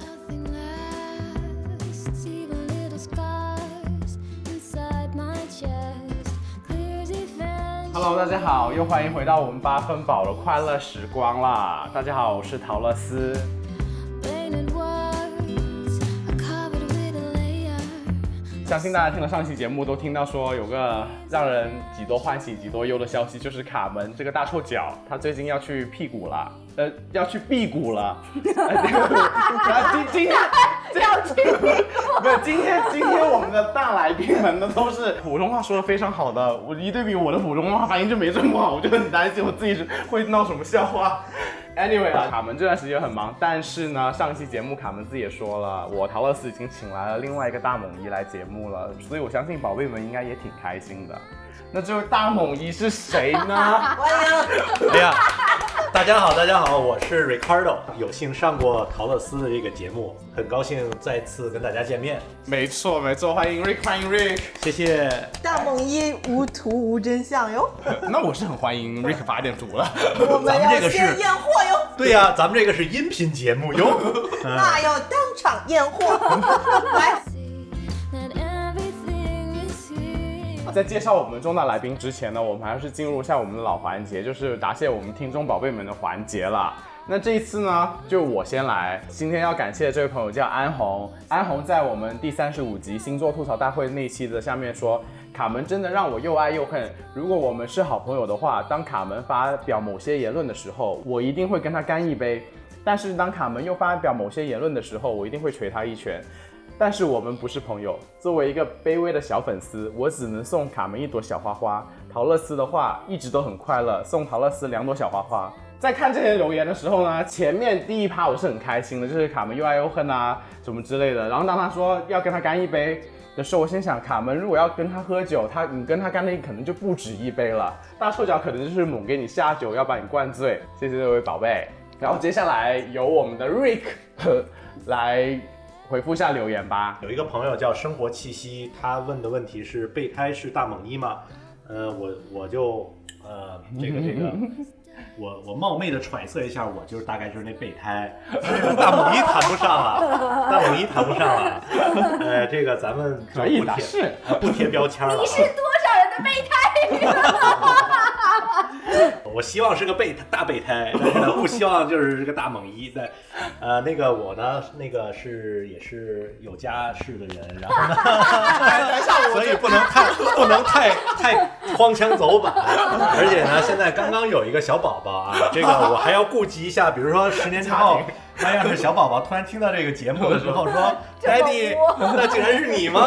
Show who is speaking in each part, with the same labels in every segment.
Speaker 1: Nothing lasts, even little scars inside my chest. Clears events.
Speaker 2: Hello，大家好，又欢迎回到我们八分饱的快乐时光啦！大家好，我是陶乐斯。
Speaker 1: Painted words are covered with a layer.
Speaker 2: 相信大家听了上期节目都听到说有个让人几多欢喜几多忧的消息，就是卡门这个大臭脚，他最近要去屁股了，呃，要去辟谷 了。哎然后今今天要去辟谷， 没有今天今天我们的大来宾们呢都是普通话说的非常好的，我一对比我的普通话发音就没这么好，我就很担心我自己是会闹什么笑话。Anyway 啊，卡门这段时间很忙，但是呢，上期节目卡门自己也说了，我陶乐斯已经请来了另外一个大猛一来节目了，所以我相信宝贝们应该也挺开心的。那这位大猛一是谁 呢？
Speaker 3: 哎呀，大家好，大家好，我是 Ricardo，有幸上过陶乐斯的这个节目，很高兴再次跟大家见面，
Speaker 2: 没错没错，欢迎 Rick，欢迎 Rick。
Speaker 3: 谢谢。
Speaker 4: 大梦一无图无真相哟，
Speaker 2: 那我是很欢迎 Rick 发点图 了。
Speaker 4: 我 们
Speaker 3: 咱们这
Speaker 4: 要
Speaker 3: 个是
Speaker 4: 先验货哟，
Speaker 3: 对呀、 咱们这个是音频节目哟。
Speaker 4: 那要当场验货。 来，
Speaker 1: See that everything is here.
Speaker 2: 在介绍我们重大来宾之前呢，我们还是进入一下我们的老环节，就是答谢我们听众宝贝们的环节了。那这一次呢，就我先来。今天要感谢的这位朋友叫安红，安红在我们第三十五集星座吐槽大会那期的下面说，卡门真的让我又爱又恨。如果我们是好朋友的话，当卡门发表某些言论的时候，我一定会跟他干一杯。但是当卡门又发表某些言论的时候，我一定会捶他一拳。但是我们不是朋友。作为一个卑微的小粉丝，我只能送卡门一朵小花花。陶乐斯的话一直都很快乐，送陶乐斯两朵小花花。在看这些留言的时候呢，前面第一趴我是很开心的，就是卡门又爱又恨啊什么之类的。然后当他说要跟他干一杯的时候，我心想，卡门如果要跟他喝酒，他你跟他干的可能就不止一杯了。大臭脚可能就是猛给你下酒，要把你灌醉。谢谢这位宝贝。然后接下来由我们的 Rick 呵来回复一下留言吧。
Speaker 3: 有一个朋友叫生活气息，他问的问题是备胎是大猛一吗？呃，我我就呃这个这个， 我我冒昧的揣测一下，我就是大概就是那备胎， 大猛一谈不上了，大猛一谈不上了，呃，这个咱们
Speaker 2: 可以
Speaker 3: 不
Speaker 2: 的，
Speaker 3: 贴
Speaker 2: 是
Speaker 3: 啊不贴标签了。你是多少人的备胎？我希望是个备胎大备胎，但是呢，不希望就是这个大猛一在。呃，那个我呢，那个是也是有家室的人，然后哎呢，所以不能太不能太太荒腔走板，而且呢，现在刚刚有一个小宝宝啊，这个我还要顾及一下，比如说十年之后。他要是小宝宝突然听到这个节目的时候说：“Daddy，那竟然是你吗？”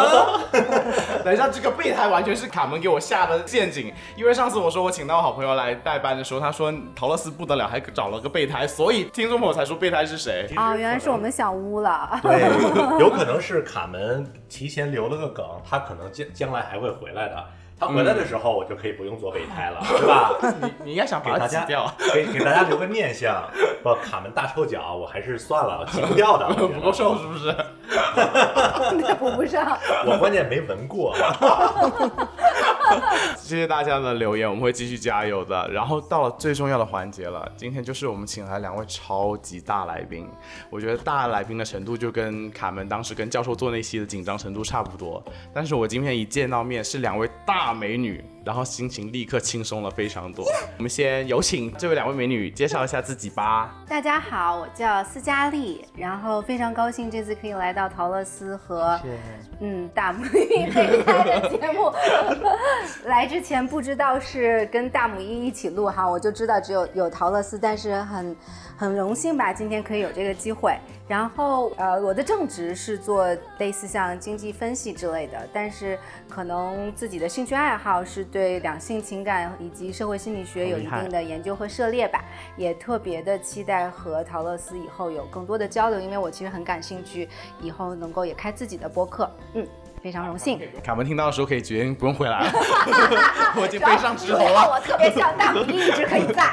Speaker 2: 等一下，这个备胎完全是卡门给我下的陷阱，因为上次我说我请到我好朋友来代班的时候，他说陶乐斯不得了，还找了个备胎，所以听众朋友才说备胎是谁。
Speaker 5: 啊，原来是我们想污了。
Speaker 3: 对，有可能是卡门提前留了个梗，他可能将将来还会回来的。他回来的时候，我就可以不用做备胎了，
Speaker 2: 嗯
Speaker 3: 对吧？
Speaker 2: 你你应该想
Speaker 3: 给
Speaker 2: 把它
Speaker 3: 大
Speaker 2: 挤
Speaker 3: 家
Speaker 2: 掉，
Speaker 3: 给给大家留个念想。不，卡门大臭脚，我还是 算了，挤不掉的，我觉得
Speaker 2: 不够。瘦是不是？
Speaker 5: 那补不上。
Speaker 3: 我关键没闻过。
Speaker 2: 谢谢大家的留言，我们会继续加油的。然后到了最重要的环节了，今天就是我们请来两位超级大来宾，我觉得大来宾的程度就跟卡门当时跟教授做那期的紧张程度差不多，但是我今天一见到面是两位大美女，然后心情立刻轻松了非常多。我们先有请这位两位美女介绍一下自己吧。
Speaker 5: 大家好，我叫斯嘉丽，然后非常高兴这次可以来到陶乐斯和嗯大母一对开的节目。 来之前不知道是跟大母一一起录哈，我就知道只有有陶乐斯，但是很很荣幸吧，今天可以有这个机会。然后呃，我的正职是做类似像经济分析之类的，但是可能自己的兴趣爱好是对两性情感以及社会心理学有一定的研究和涉猎吧。也特别的期待和陶乐斯以后有更多的交流，因为我其实很感兴趣，以后能够也开自己的播客，嗯，非常荣幸。
Speaker 2: 卡门听到的时候可以决定不用回来了，我已经背上
Speaker 5: 主
Speaker 2: 枝
Speaker 5: 要
Speaker 2: 头了。
Speaker 5: 我特别想大米一直可以 在。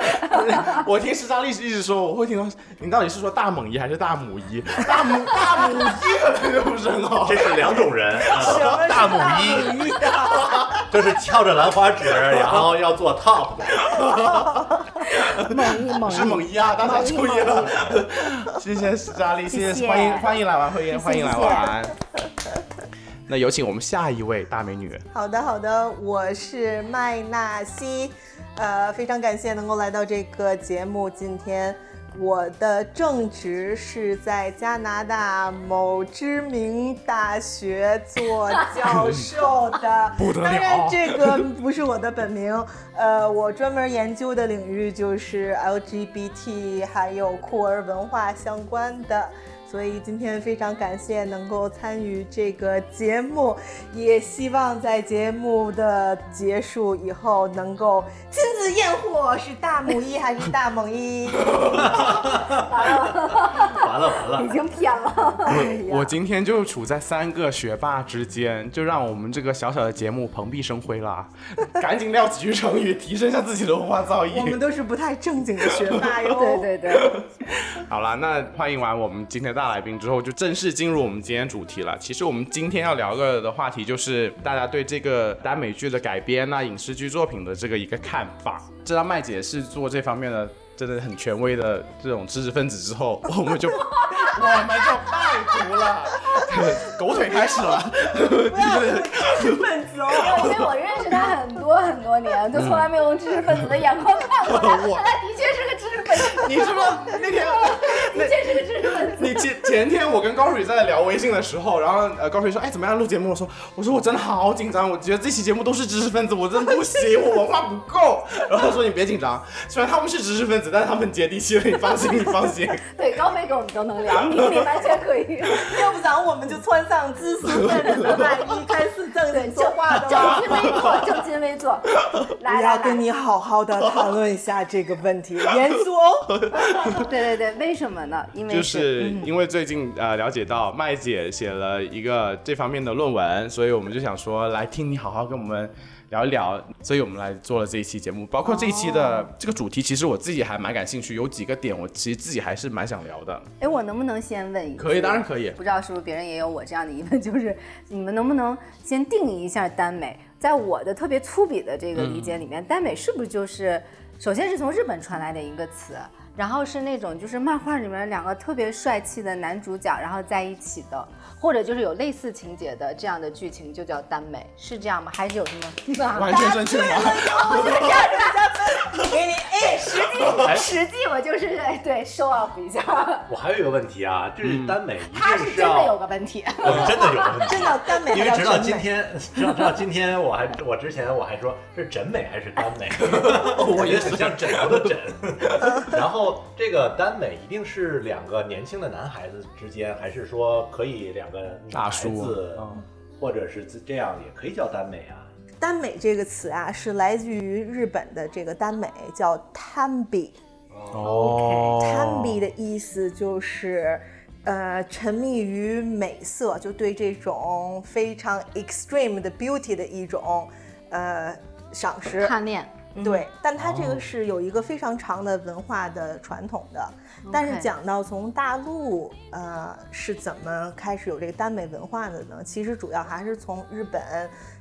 Speaker 2: 我听时尚历史一直说，我会听到你到底是说大猛一还是大母一？ 大母大母一可能就不是很好
Speaker 3: 这。是两种人，啊、大母一，就是翘着兰花指，然后要做 top 的。
Speaker 5: 猛一猛
Speaker 2: 是猛
Speaker 5: 一，
Speaker 2: 一啊，大家注意了。 谢谢史嘉丽，谢
Speaker 5: 谢谢
Speaker 2: 欢迎欢迎来玩慧
Speaker 5: 谢
Speaker 2: 燕，
Speaker 5: 谢
Speaker 2: 欢迎来玩。 那有请我们下一位大美女，
Speaker 4: 好的，好的，我是麦纳西，呃，非常感谢能够来到这个节目。今天我的正职是在加拿大某知名大学做教授的，
Speaker 2: 不得了
Speaker 4: 当然这个不是我的本名，呃，我专门研究的领域就是 LGBT 还有酷儿文化相关的。所以今天非常感谢能够参与这个节目，也希望在节目的结束以后能够亲自验货是大母一还是大猛一。
Speaker 3: 完了 完
Speaker 5: 已
Speaker 3: 了，
Speaker 5: 经偏了。
Speaker 2: 我我今天就处在三个学霸之间，就让我们这个小小的节目蓬荜生辉啦！ 赶紧撂几句成语，提升一下自己的文化造
Speaker 4: 我们
Speaker 2: 诣。
Speaker 4: 都是不太正经的学霸 哟。
Speaker 5: 对对对，
Speaker 2: 好啦，那欢迎完我们今天的大来宾之后，就正式进入我们今天主题了。其实我们今天要聊个的话题就是大家对这个耽美剧的改编呐、影视剧作品的这个一个看法。知道麦姐是做这方面的。真的很权威的这种知识分子之后，我们就我们就拜读了，狗腿开始了。
Speaker 4: 不要说知识分子哦。
Speaker 5: 所以我认识他很多很多年，就从来没有用知识分子的眼光看过 他。
Speaker 2: 我
Speaker 5: 但他的确是个知识分子，
Speaker 2: 你是不是那天？
Speaker 5: 的确是个知 识分子。
Speaker 2: 你前前天我跟高水在聊微信的时候，然后呃高水说，哎怎么样录节目？我说我说我真的好紧张，我觉得这期节目都是知识分子，我真的不行，我文化不够。然后他说你别紧张，虽然他们是知识分子，但是他们很接地气的，你放心，你放心。
Speaker 5: 对高飞跟我们都能聊，你你完 全可以。
Speaker 4: 要不咱我们就穿上知识分子的外衣，开始正
Speaker 5: 对，
Speaker 4: 经
Speaker 5: 就
Speaker 4: 说话的
Speaker 5: 正
Speaker 4: 了。
Speaker 5: 襟危坐，正襟危坐。来
Speaker 4: 我
Speaker 5: 来
Speaker 4: 要
Speaker 5: 来
Speaker 4: 跟，你好好的讨论一下这个问题，严肃哦。
Speaker 5: 对对对，为什么呢？因 为
Speaker 2: 就是因为最近呃了解到麦姐写了一个这方面的论文，所以我们就想说来听你好好跟我们聊一聊，所以我们来做了这一期节目。包括这一期的这个主题，其实我自己还蛮感兴趣，有几个点我其实自己还是蛮想聊的。
Speaker 5: 哎，我能不能先问一句？
Speaker 2: 可以，当然可以。
Speaker 5: 不知道是不是别人也有我这样的疑问，就是 你们能不能先定义一下耽美？在我的特别粗鄙的这个理解里
Speaker 2: 嗯
Speaker 5: 面，耽美是不是就是首先是从日本传来的一个词，然后是那种就是漫画里面两个特别帅气的男主角然后在一起的，或者就是有类似情节的这样的剧情就叫耽美，是这样吗？还是有什么？
Speaker 2: 啊完全正确吗？哎
Speaker 4: 给你 A 十
Speaker 5: 哎实际我就是哎对 show off 一下，
Speaker 3: 我还有一个问题啊，就是耽美一
Speaker 5: 他
Speaker 3: 定
Speaker 5: 是真的有
Speaker 3: 要，
Speaker 5: 个问题。
Speaker 3: 我是真的有问题，
Speaker 4: 真的耽美
Speaker 3: 因
Speaker 4: 还
Speaker 3: 为
Speaker 4: 要
Speaker 3: 直到
Speaker 4: 审
Speaker 3: 今
Speaker 4: 美。
Speaker 3: 天，直到直到今天，我还我之前我还说是枕美还是 耽美，我也是像枕头的枕。然后这个耽美一定是两个年轻的男孩子之间，还是说可以两个女
Speaker 2: 大
Speaker 3: 孩
Speaker 2: 叔
Speaker 3: 子
Speaker 2: 嗯，
Speaker 3: 或者是这样也可以叫耽美啊？
Speaker 4: 耽美这个词啊，是来自于日本的这个耽美，叫 tambi。
Speaker 2: 哦
Speaker 4: tambi 的意思就是，呃，沉迷于美色，就对这种非常 extreme 的 beauty 的一种，呃，赏识。
Speaker 5: 看恋，
Speaker 4: 对，但它这个是有一个非常长的文化的传统的。但是
Speaker 5: OK
Speaker 4: 讲到从大陆呃是怎么开始有这个耽美文化的呢？其实主要还是从日本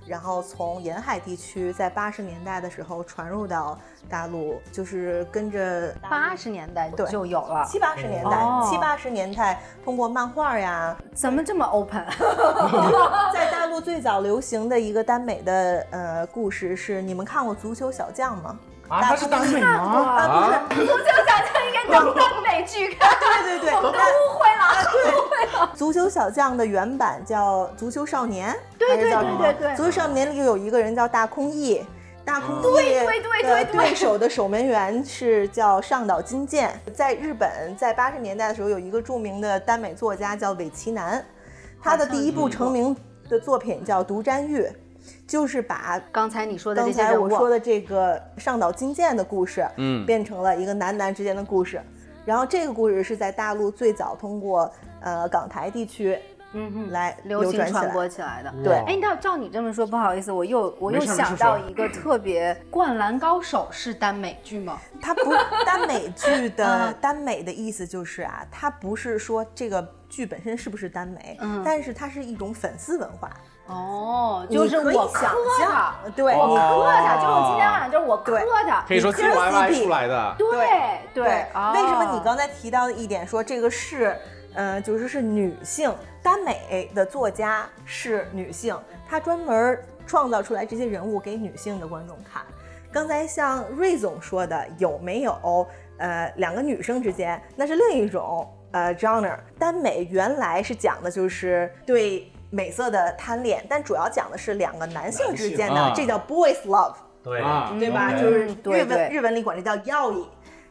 Speaker 4: 然后从沿海地区在八十年代的时候传入到大陆，就是跟着
Speaker 5: 八十年代
Speaker 4: 对
Speaker 5: 就有了，
Speaker 4: 七八十年代，
Speaker 5: 哦
Speaker 4: 七八十年代通过漫画呀，
Speaker 5: 怎么这么 open？
Speaker 4: 在大陆最早流行的一个耽美的呃故事是，你们看过《足球小将》 吗？
Speaker 2: 啊，他是耽美吗？
Speaker 4: 啊，
Speaker 5: 足球小将应该当耽美剧看，
Speaker 4: 不是，对对对，
Speaker 5: 我都误会了。
Speaker 4: 《足球小将》的原版叫《足球少年》，
Speaker 5: 对
Speaker 4: 还是叫
Speaker 5: 对
Speaker 4: 什
Speaker 5: 对
Speaker 4: 么
Speaker 5: 对对
Speaker 4: 《足球少年》里有一个人叫大空翼。大空翼
Speaker 5: 对对对对
Speaker 4: 的
Speaker 5: 对
Speaker 4: 对手的守门员是叫上岛金健。在日本，在八十年代的时候，有一个著名的耽美作家叫尾崎南，他的第一部成名的作品叫《独占欲》，就是把
Speaker 5: 刚才你说的这
Speaker 4: 刚
Speaker 5: 些
Speaker 4: 才
Speaker 5: 人
Speaker 4: 我
Speaker 5: 物，
Speaker 4: 说的这个上岛金健的故事，
Speaker 2: 嗯
Speaker 4: 变成了一个男男之间的故事。然后这个故事是在大陆最早通过呃港台地区
Speaker 5: 嗯哼，
Speaker 4: 来
Speaker 5: 流
Speaker 4: 流
Speaker 5: 行
Speaker 4: 转起来
Speaker 5: 传播起来的。
Speaker 4: 对
Speaker 5: 哎，那照你这么说，不好意思，我又我又
Speaker 2: 没事没事
Speaker 5: 想到一个特别，《灌篮高手》是耽美剧吗？
Speaker 4: 它不 耽美剧的
Speaker 5: 嗯
Speaker 4: 耽美的意思就是啊，它不是说这个剧本身是不是耽美，
Speaker 5: 嗯
Speaker 4: 但是它是一种粉丝文化，
Speaker 5: 哦，就是
Speaker 4: 你可以
Speaker 5: 我磕
Speaker 4: 想
Speaker 5: 他，
Speaker 4: 象，对，
Speaker 5: 我
Speaker 4: 你
Speaker 5: 磕他，就是我今天晚上就是我磕他。
Speaker 2: 可以说
Speaker 4: 你磕
Speaker 2: CYY
Speaker 4: CP
Speaker 2: 出来的，
Speaker 5: 对对
Speaker 4: 对，
Speaker 5: 哦
Speaker 4: 为什么你刚才提到的一点说这个是，呃，就是是女性耽美的作家是女性，她专门创造出来这些人物给女性的观众看。刚才像瑞总说的，有没有呃两个女生之间，那是另一种呃 genre。耽美原来是讲的就是对美色的贪恋，但主要讲的是两个男性之间
Speaker 2: 男
Speaker 4: 的，这
Speaker 2: 性
Speaker 4: 叫 boys love。
Speaker 3: 对，
Speaker 2: 啊，
Speaker 4: 对吧？
Speaker 2: OK
Speaker 4: 就是
Speaker 5: 嗯
Speaker 4: 日
Speaker 5: 对对
Speaker 4: 文日文里管这叫药医，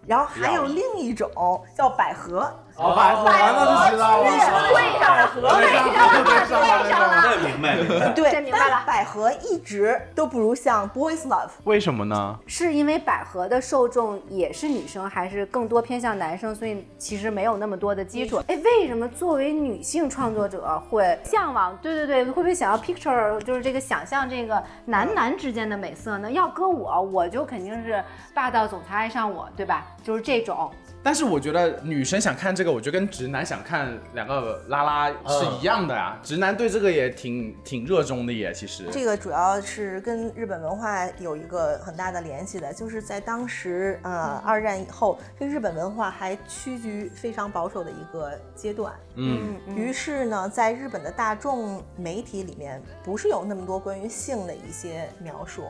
Speaker 4: 然后还有另一种叫百合，
Speaker 2: 哦百合那就知道了，
Speaker 5: 对上了，
Speaker 3: 哎
Speaker 2: 对上了，对上了，对上了。
Speaker 3: 那明白明白。
Speaker 4: 对
Speaker 5: 这明，白了
Speaker 4: 但百合一直都不如像 boys love。
Speaker 2: 为什么呢？
Speaker 5: 是因为百合的受众也是女生，还是更多偏向男生，所以其实没有那么多的基础。哎，为什么作为女性创作者会向往？对对对，会不会想要 picture 就是这个想象这个男男之间的美色呢？要搁我，我就肯定是霸道总裁爱上我，对吧？就是这种。
Speaker 2: 但是我觉得女生想看这个，我觉得跟直男想看两个拉拉是一样的呀、直男对这个也挺挺热衷的耶，其实。
Speaker 4: 这个主要是跟日本文化有一个很大的联系的，就是在当时呃
Speaker 2: 嗯
Speaker 4: 二战以后，这日本文化还趋于非常保守的一个阶段。
Speaker 2: 嗯，
Speaker 4: 于是呢，在日本的大众媒体里面，不是有那么多关于性的一些描述。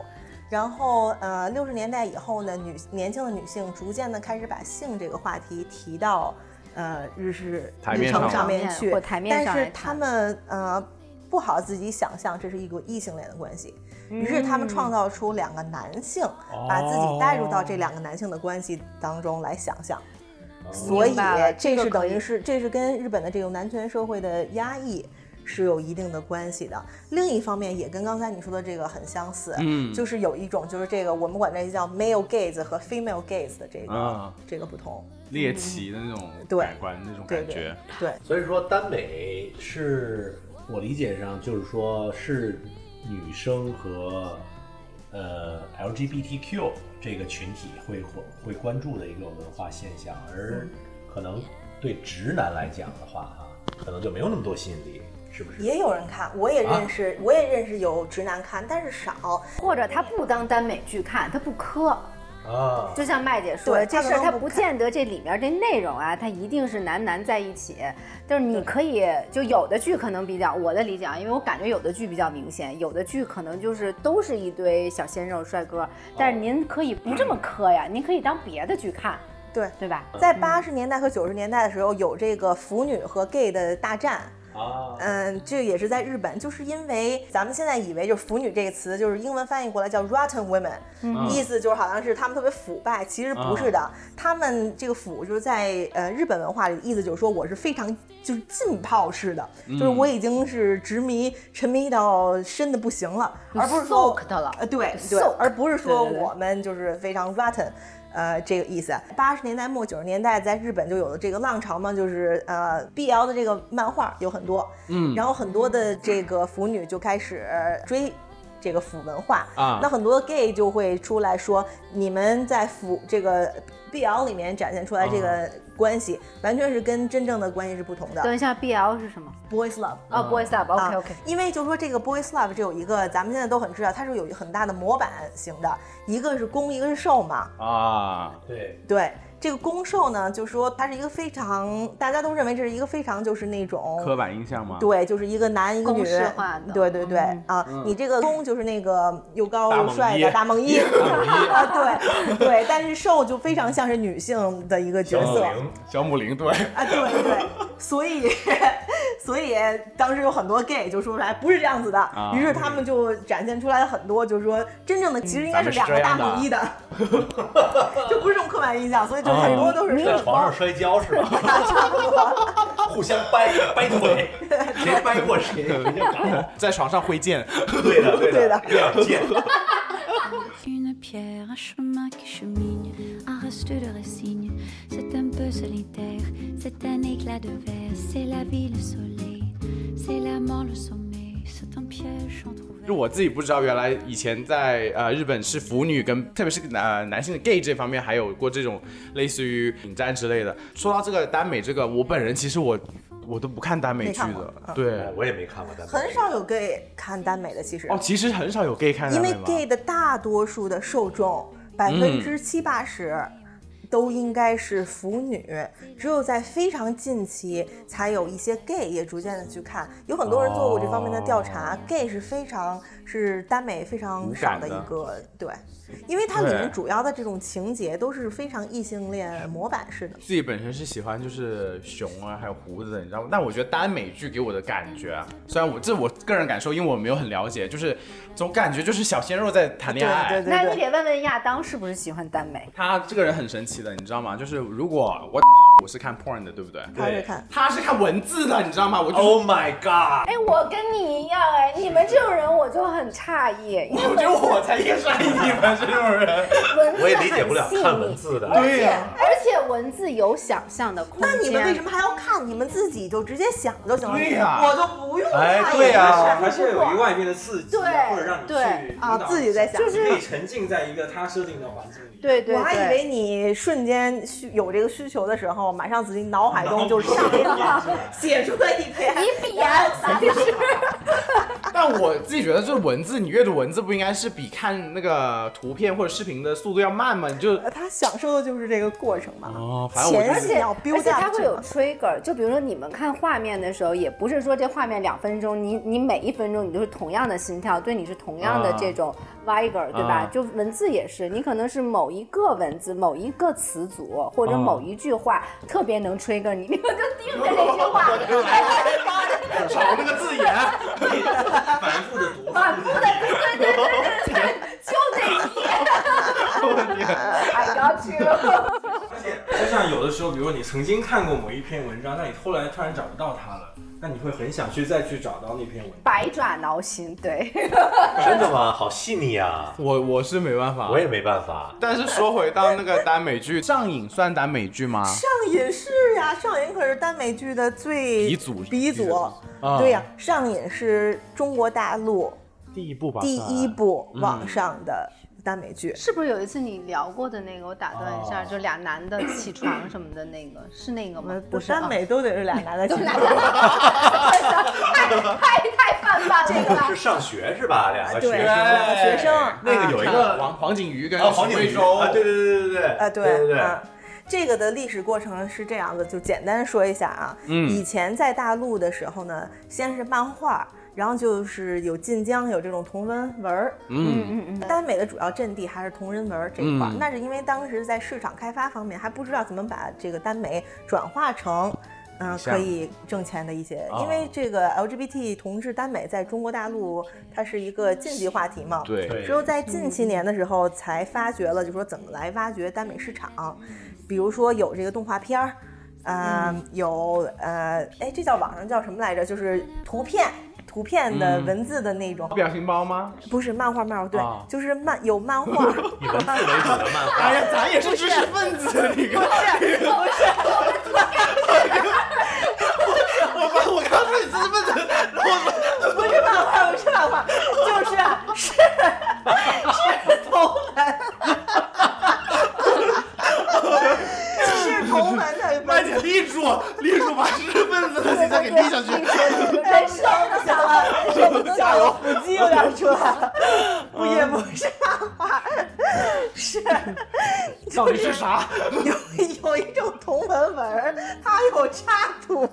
Speaker 4: 然后，呃，六十年代以后呢，女年轻的女性逐渐的开始把性这个话题提到，呃，日式
Speaker 2: 台
Speaker 4: 日
Speaker 2: 面上
Speaker 4: 程上
Speaker 2: 来
Speaker 4: 面去，
Speaker 5: 或台面上
Speaker 4: 但
Speaker 5: 来
Speaker 4: 是
Speaker 5: 谈
Speaker 4: 他们呃不好自己想象这是一个异性恋的关系，
Speaker 5: 嗯
Speaker 4: 于是他们创造出两个男性，把自己带入到这两个男性的关系当中来想象。所以
Speaker 5: 哦明白了
Speaker 4: 这是
Speaker 5: 这个可
Speaker 4: 等
Speaker 5: 以
Speaker 4: 于是这是跟日本的这种男权社会的压抑是有一定的关系的。另一方面也跟刚才你说的这个很相似，
Speaker 2: 嗯
Speaker 4: 就是有一种就是这个我们管这叫 male gaze 和 female gaze 的这个、
Speaker 2: 啊
Speaker 4: 这个不同，
Speaker 2: 猎奇的那种
Speaker 4: 对
Speaker 2: 感官那种
Speaker 4: 对
Speaker 2: 感
Speaker 4: 对
Speaker 2: 觉，
Speaker 4: 对。
Speaker 3: 所以说，耽美是我理解上就是说是女生和呃 LGBTQ 这个群体会会会关注的一个文化现象，而
Speaker 4: 嗯
Speaker 3: 可能对直男来讲的话啊，可能就没有那么多吸引力，是不是？
Speaker 4: 也有人看，我也认
Speaker 5: 啊
Speaker 4: 识，我也认识有直男看，但是少。
Speaker 5: 或者他不当耽美剧看，他不磕，
Speaker 3: 啊，
Speaker 5: 就像麦姐说的，
Speaker 4: 对
Speaker 5: 这
Speaker 4: 他
Speaker 5: 事儿
Speaker 4: 可能
Speaker 5: 它
Speaker 4: 不
Speaker 5: 不
Speaker 4: 看
Speaker 5: 见得这里面这内容啊，它一定是男男在一起。就是你可以，就有的剧可能比较，我的理解啊，因为我感觉有的剧比较明显，有的剧可能就是都是一堆小鲜肉帅哥。但
Speaker 4: 哦
Speaker 5: 是您可以不这么磕呀，您可以当别的剧看，
Speaker 4: 对，
Speaker 5: 对吧？嗯
Speaker 4: 在八十年代和九十年代的时候，有这个腐女和 gay 的大战。
Speaker 3: 啊，
Speaker 4: 嗯，这也是在日本，就是因为咱们现在以为就是腐女这个词，就是英文翻译过来叫 rotten women，、意思就是好像是她们特别腐败，其实不是的。她们这个腐就是在呃日本文化里的意思，就是说我是非常就是浸泡式的，就是我已经是执迷沉迷到深的不行了，而不是说
Speaker 5: soaked 了
Speaker 4: 呃，对对
Speaker 5: soaked，，
Speaker 4: 而不是说
Speaker 5: 对对对
Speaker 4: 我们就是非常 rotten。呃，这个意思。八十年代末九十年代，在日本就有了这个浪潮嘛，就是呃，BL 的这个漫画有很多，嗯，然后很多的这个腐女就开始追这个腐文化
Speaker 2: 啊
Speaker 4: 那很多 gay 就会出来说，你们在腐这个 BL 里面展现出来这个关系，完全是跟真正的关系是不同的。
Speaker 5: 等一下，BL 是什么？
Speaker 4: boys love。
Speaker 5: 哦，Boys
Speaker 3: 嗯
Speaker 5: Up，OK
Speaker 4: 啊
Speaker 5: OK。
Speaker 4: 因为就说这个 boys love 这有一个，咱们现在都很知道，它是有一个很大的模板型的，一个是攻，一个是受嘛。
Speaker 2: 啊，
Speaker 3: 对，
Speaker 4: 对，这个攻受呢，就说它是一个非常，大家都认为这是一个非常就是那种
Speaker 2: 刻板印象吗？
Speaker 4: 对，就是一个男一个女
Speaker 5: 公式化的
Speaker 4: 对对对、
Speaker 5: 嗯
Speaker 4: 啊，你这个攻就是那个又高
Speaker 3: 大
Speaker 4: 又
Speaker 3: 猛
Speaker 4: 帅的
Speaker 3: 一
Speaker 4: 大梦一， 啊，对对，但是受就非常像是女性的一个角色，
Speaker 3: 嗯
Speaker 2: 小母零对，
Speaker 4: 啊，对对，所以 所以当时有很多 gay 就说出来不是这样子的，于是他们就展现出来了很多，就是说真正的其实应该嗯是两个大母一的， 就不是这种刻板印象，所以就很多都是
Speaker 3: 在
Speaker 4: 社
Speaker 3: 床
Speaker 4: 包
Speaker 3: 上。摔跤是吧？
Speaker 4: 差不多，
Speaker 3: 互相掰掰腿，谁掰过谁，谁就打我。
Speaker 2: 在床上挥剑，
Speaker 3: 对的，对
Speaker 4: 对的
Speaker 3: 一定要 见。
Speaker 1: Une pierre, un chemin qui chemine, un reste de racine. C'est un peu solitaire, c'est un éclat de verre. C'est la vie, le soleil, c'est l'amant, le sommet. C'est un piège entrouvert.
Speaker 2: 就我自己不知道，原来以前在呃日本是腐女跟特别是呃男性的 gay 这方面还有过这种类似于引战之类的。说到这个耽美这个，我本人其实我我都不看耽美
Speaker 4: 没
Speaker 2: 剧
Speaker 4: 看过
Speaker 2: 的，
Speaker 4: 嗯
Speaker 2: 对
Speaker 3: 哎。我也没看过，但
Speaker 4: 很少有 gay 看耽美的，其实，
Speaker 2: 哦，其实很少有 gay 看
Speaker 4: 因
Speaker 2: 耽美
Speaker 4: 为
Speaker 2: 吧？
Speaker 4: gay 的大多数的受众，百分之七八十。都应该是腐女，只有在非常近期才有一些 gay 也逐渐的去看，有很多人做过这方面的调查、
Speaker 2: 哦
Speaker 4: g a y 是非常是耽美非常
Speaker 2: 无
Speaker 4: 少
Speaker 2: 感
Speaker 4: 的
Speaker 2: 的
Speaker 4: 一个对，因为它里面
Speaker 2: 对
Speaker 4: 主要的这种情节都是非常异性恋模板式的，
Speaker 2: 自己本身是喜欢就是熊啊，还有胡子的，你知道吗？但我觉得耽美剧给我的感觉啊，虽然我这我个人感受，因为我没有很了解，就是总感觉就是小鲜肉在谈
Speaker 4: 对
Speaker 2: 恋爱。
Speaker 4: 对对
Speaker 5: 那你
Speaker 4: 对，
Speaker 5: 得问问亚当是不是喜欢耽美？
Speaker 2: 他这个人很神奇的，你知道吗？就是如果我我是看 porn 的，对不对？
Speaker 4: 他会看。
Speaker 2: 他是看文字的，你知道吗？我就、
Speaker 3: Oh my god！
Speaker 5: 哎，我跟你一样哎，你们这种人我就很诧异，因为
Speaker 2: 我觉得我才应该你们这种人。
Speaker 5: 文字
Speaker 3: 我也理解不了
Speaker 5: 很细腻
Speaker 3: 看文字的，
Speaker 5: 而且、
Speaker 2: 对呀
Speaker 5: 而且文字有想象的空间。
Speaker 4: 那你们为什么还要看？你们自己就直接想就行了。
Speaker 2: 对呀
Speaker 4: 我就不用看。
Speaker 3: 哎对
Speaker 4: 也
Speaker 3: 呀
Speaker 4: 不
Speaker 6: 还
Speaker 4: 是
Speaker 6: 是有一外面的刺激，啊
Speaker 5: 对
Speaker 6: 或者让你
Speaker 5: 对
Speaker 6: 去
Speaker 4: 啊，自己在想。
Speaker 5: 就
Speaker 6: 你可
Speaker 5: 是
Speaker 6: 以沉浸在一个他设定的环境里。
Speaker 5: 对对对，
Speaker 4: 我还以为你瞬间需有这个需求的时候，马上自己脑海中就上映了，写出了一篇。
Speaker 5: 你比啊，
Speaker 2: 但我自己觉得，就是文字，你阅读文字不应该是比看那个图片或者视频的速度要慢吗？你就
Speaker 4: 呃他享受的就是这个过程嘛。
Speaker 2: 哦，反正我
Speaker 4: 前
Speaker 5: 而
Speaker 4: 戏
Speaker 5: 且
Speaker 4: 要
Speaker 5: 而
Speaker 4: build
Speaker 5: 且
Speaker 4: up
Speaker 5: 它会
Speaker 4: 这
Speaker 5: 有
Speaker 4: 个
Speaker 5: trigger，就比如说你们看画面的时候，也不是说这画面两分钟，你你每一分钟你都是同样的心跳，对你是同样
Speaker 6: 啊
Speaker 5: 的这种 vigor，、对吧
Speaker 2: 啊？
Speaker 5: 就文字也是，你可能是某一个文字、某一个词组或者
Speaker 6: 啊
Speaker 5: 某一句话、特别能 trigger 你，你们就盯着这句话，
Speaker 2: 找那个字眼。
Speaker 6: 反复的读，
Speaker 5: 反复的，啊对对对对对对，就这一页。I 哎 got you。
Speaker 6: 而且就像有的时候，比如说你曾经看过某一篇文章，但你后来突然找不到它了，那你会很想去再去找到那篇文章。
Speaker 5: 百爪挠心，对。
Speaker 3: 真的吗？好细腻啊！
Speaker 2: 我我是没办法，
Speaker 3: 我也没办法。
Speaker 2: 但是说回到那个耽美剧，上瘾算耽美剧吗？
Speaker 4: 上瘾是呀、上瘾可是耽美剧的最
Speaker 2: 鼻祖
Speaker 4: 鼻
Speaker 2: 鼻祖
Speaker 4: 祖。
Speaker 2: 啊
Speaker 4: 对呀、上瘾是中国大陆
Speaker 2: 第一部吧嗯
Speaker 4: 第一部网上的耽美剧。
Speaker 7: 是不是有一次你聊过的那个？我打断一
Speaker 6: 哦
Speaker 7: 下，就俩男的起床什么的那个，是那个吗？不是啊
Speaker 4: 耽美都得是俩男的起床。
Speaker 5: 太太太泛泛了，这
Speaker 3: 是上学是吧？两个学
Speaker 4: 对，
Speaker 3: 生。
Speaker 4: 两个学
Speaker 2: 哎
Speaker 4: 生。
Speaker 3: 那个
Speaker 4: 啊
Speaker 3: 有一个
Speaker 2: 黄黄景瑜跟
Speaker 3: 啊，黄景瑜
Speaker 2: 周，
Speaker 3: 啊，对对对对对对，
Speaker 4: 啊，
Speaker 3: 对
Speaker 4: 对，
Speaker 3: 对对，
Speaker 4: 啊这个的历史过程是这样的，就简单说一下啊。
Speaker 2: 嗯
Speaker 4: 以前在大陆的时候呢，先是漫画，然后就是有晋江有这种同人文儿。
Speaker 2: 嗯，
Speaker 5: 嗯嗯嗯，
Speaker 4: 耽美的主要阵地还是同人文儿这一块儿，
Speaker 2: 嗯
Speaker 4: 那是因为当时在市场开发方面还不知道怎么把这个耽美转化成。嗯、
Speaker 2: 项
Speaker 4: 可
Speaker 2: 目
Speaker 4: 以挣钱的一些，
Speaker 2: 哦
Speaker 4: 因为这个 LGBT 同志耽美在中国大陆它是一个禁忌话题嘛，
Speaker 2: 对，
Speaker 4: 只有
Speaker 3: 嗯
Speaker 4: 在近些年的时候才发掘了，就说怎么来挖掘耽美市场，比如说有这个动画片儿，呃，有呃，哎，这叫网上叫什么来着？就是图片。图片的
Speaker 2: 嗯
Speaker 4: 文字的那种，
Speaker 2: 表情包吗？
Speaker 4: 不是漫画，漫画对，
Speaker 2: 啊
Speaker 4: 就是漫有 漫画，
Speaker 3: 以文字为 主的漫画。
Speaker 2: 哎呀，咱也是知识分子，你看，我把我刚才知识分子，
Speaker 4: 不是漫画，不是漫画，就是是
Speaker 8: 我栗树把知识分子的形象给立下去，
Speaker 4: 人生不想了，人生不想了， 腹肌有点出来了，不也不是大话，是
Speaker 8: 到底是啥？
Speaker 4: 有 有一种同文文儿，它 有插图。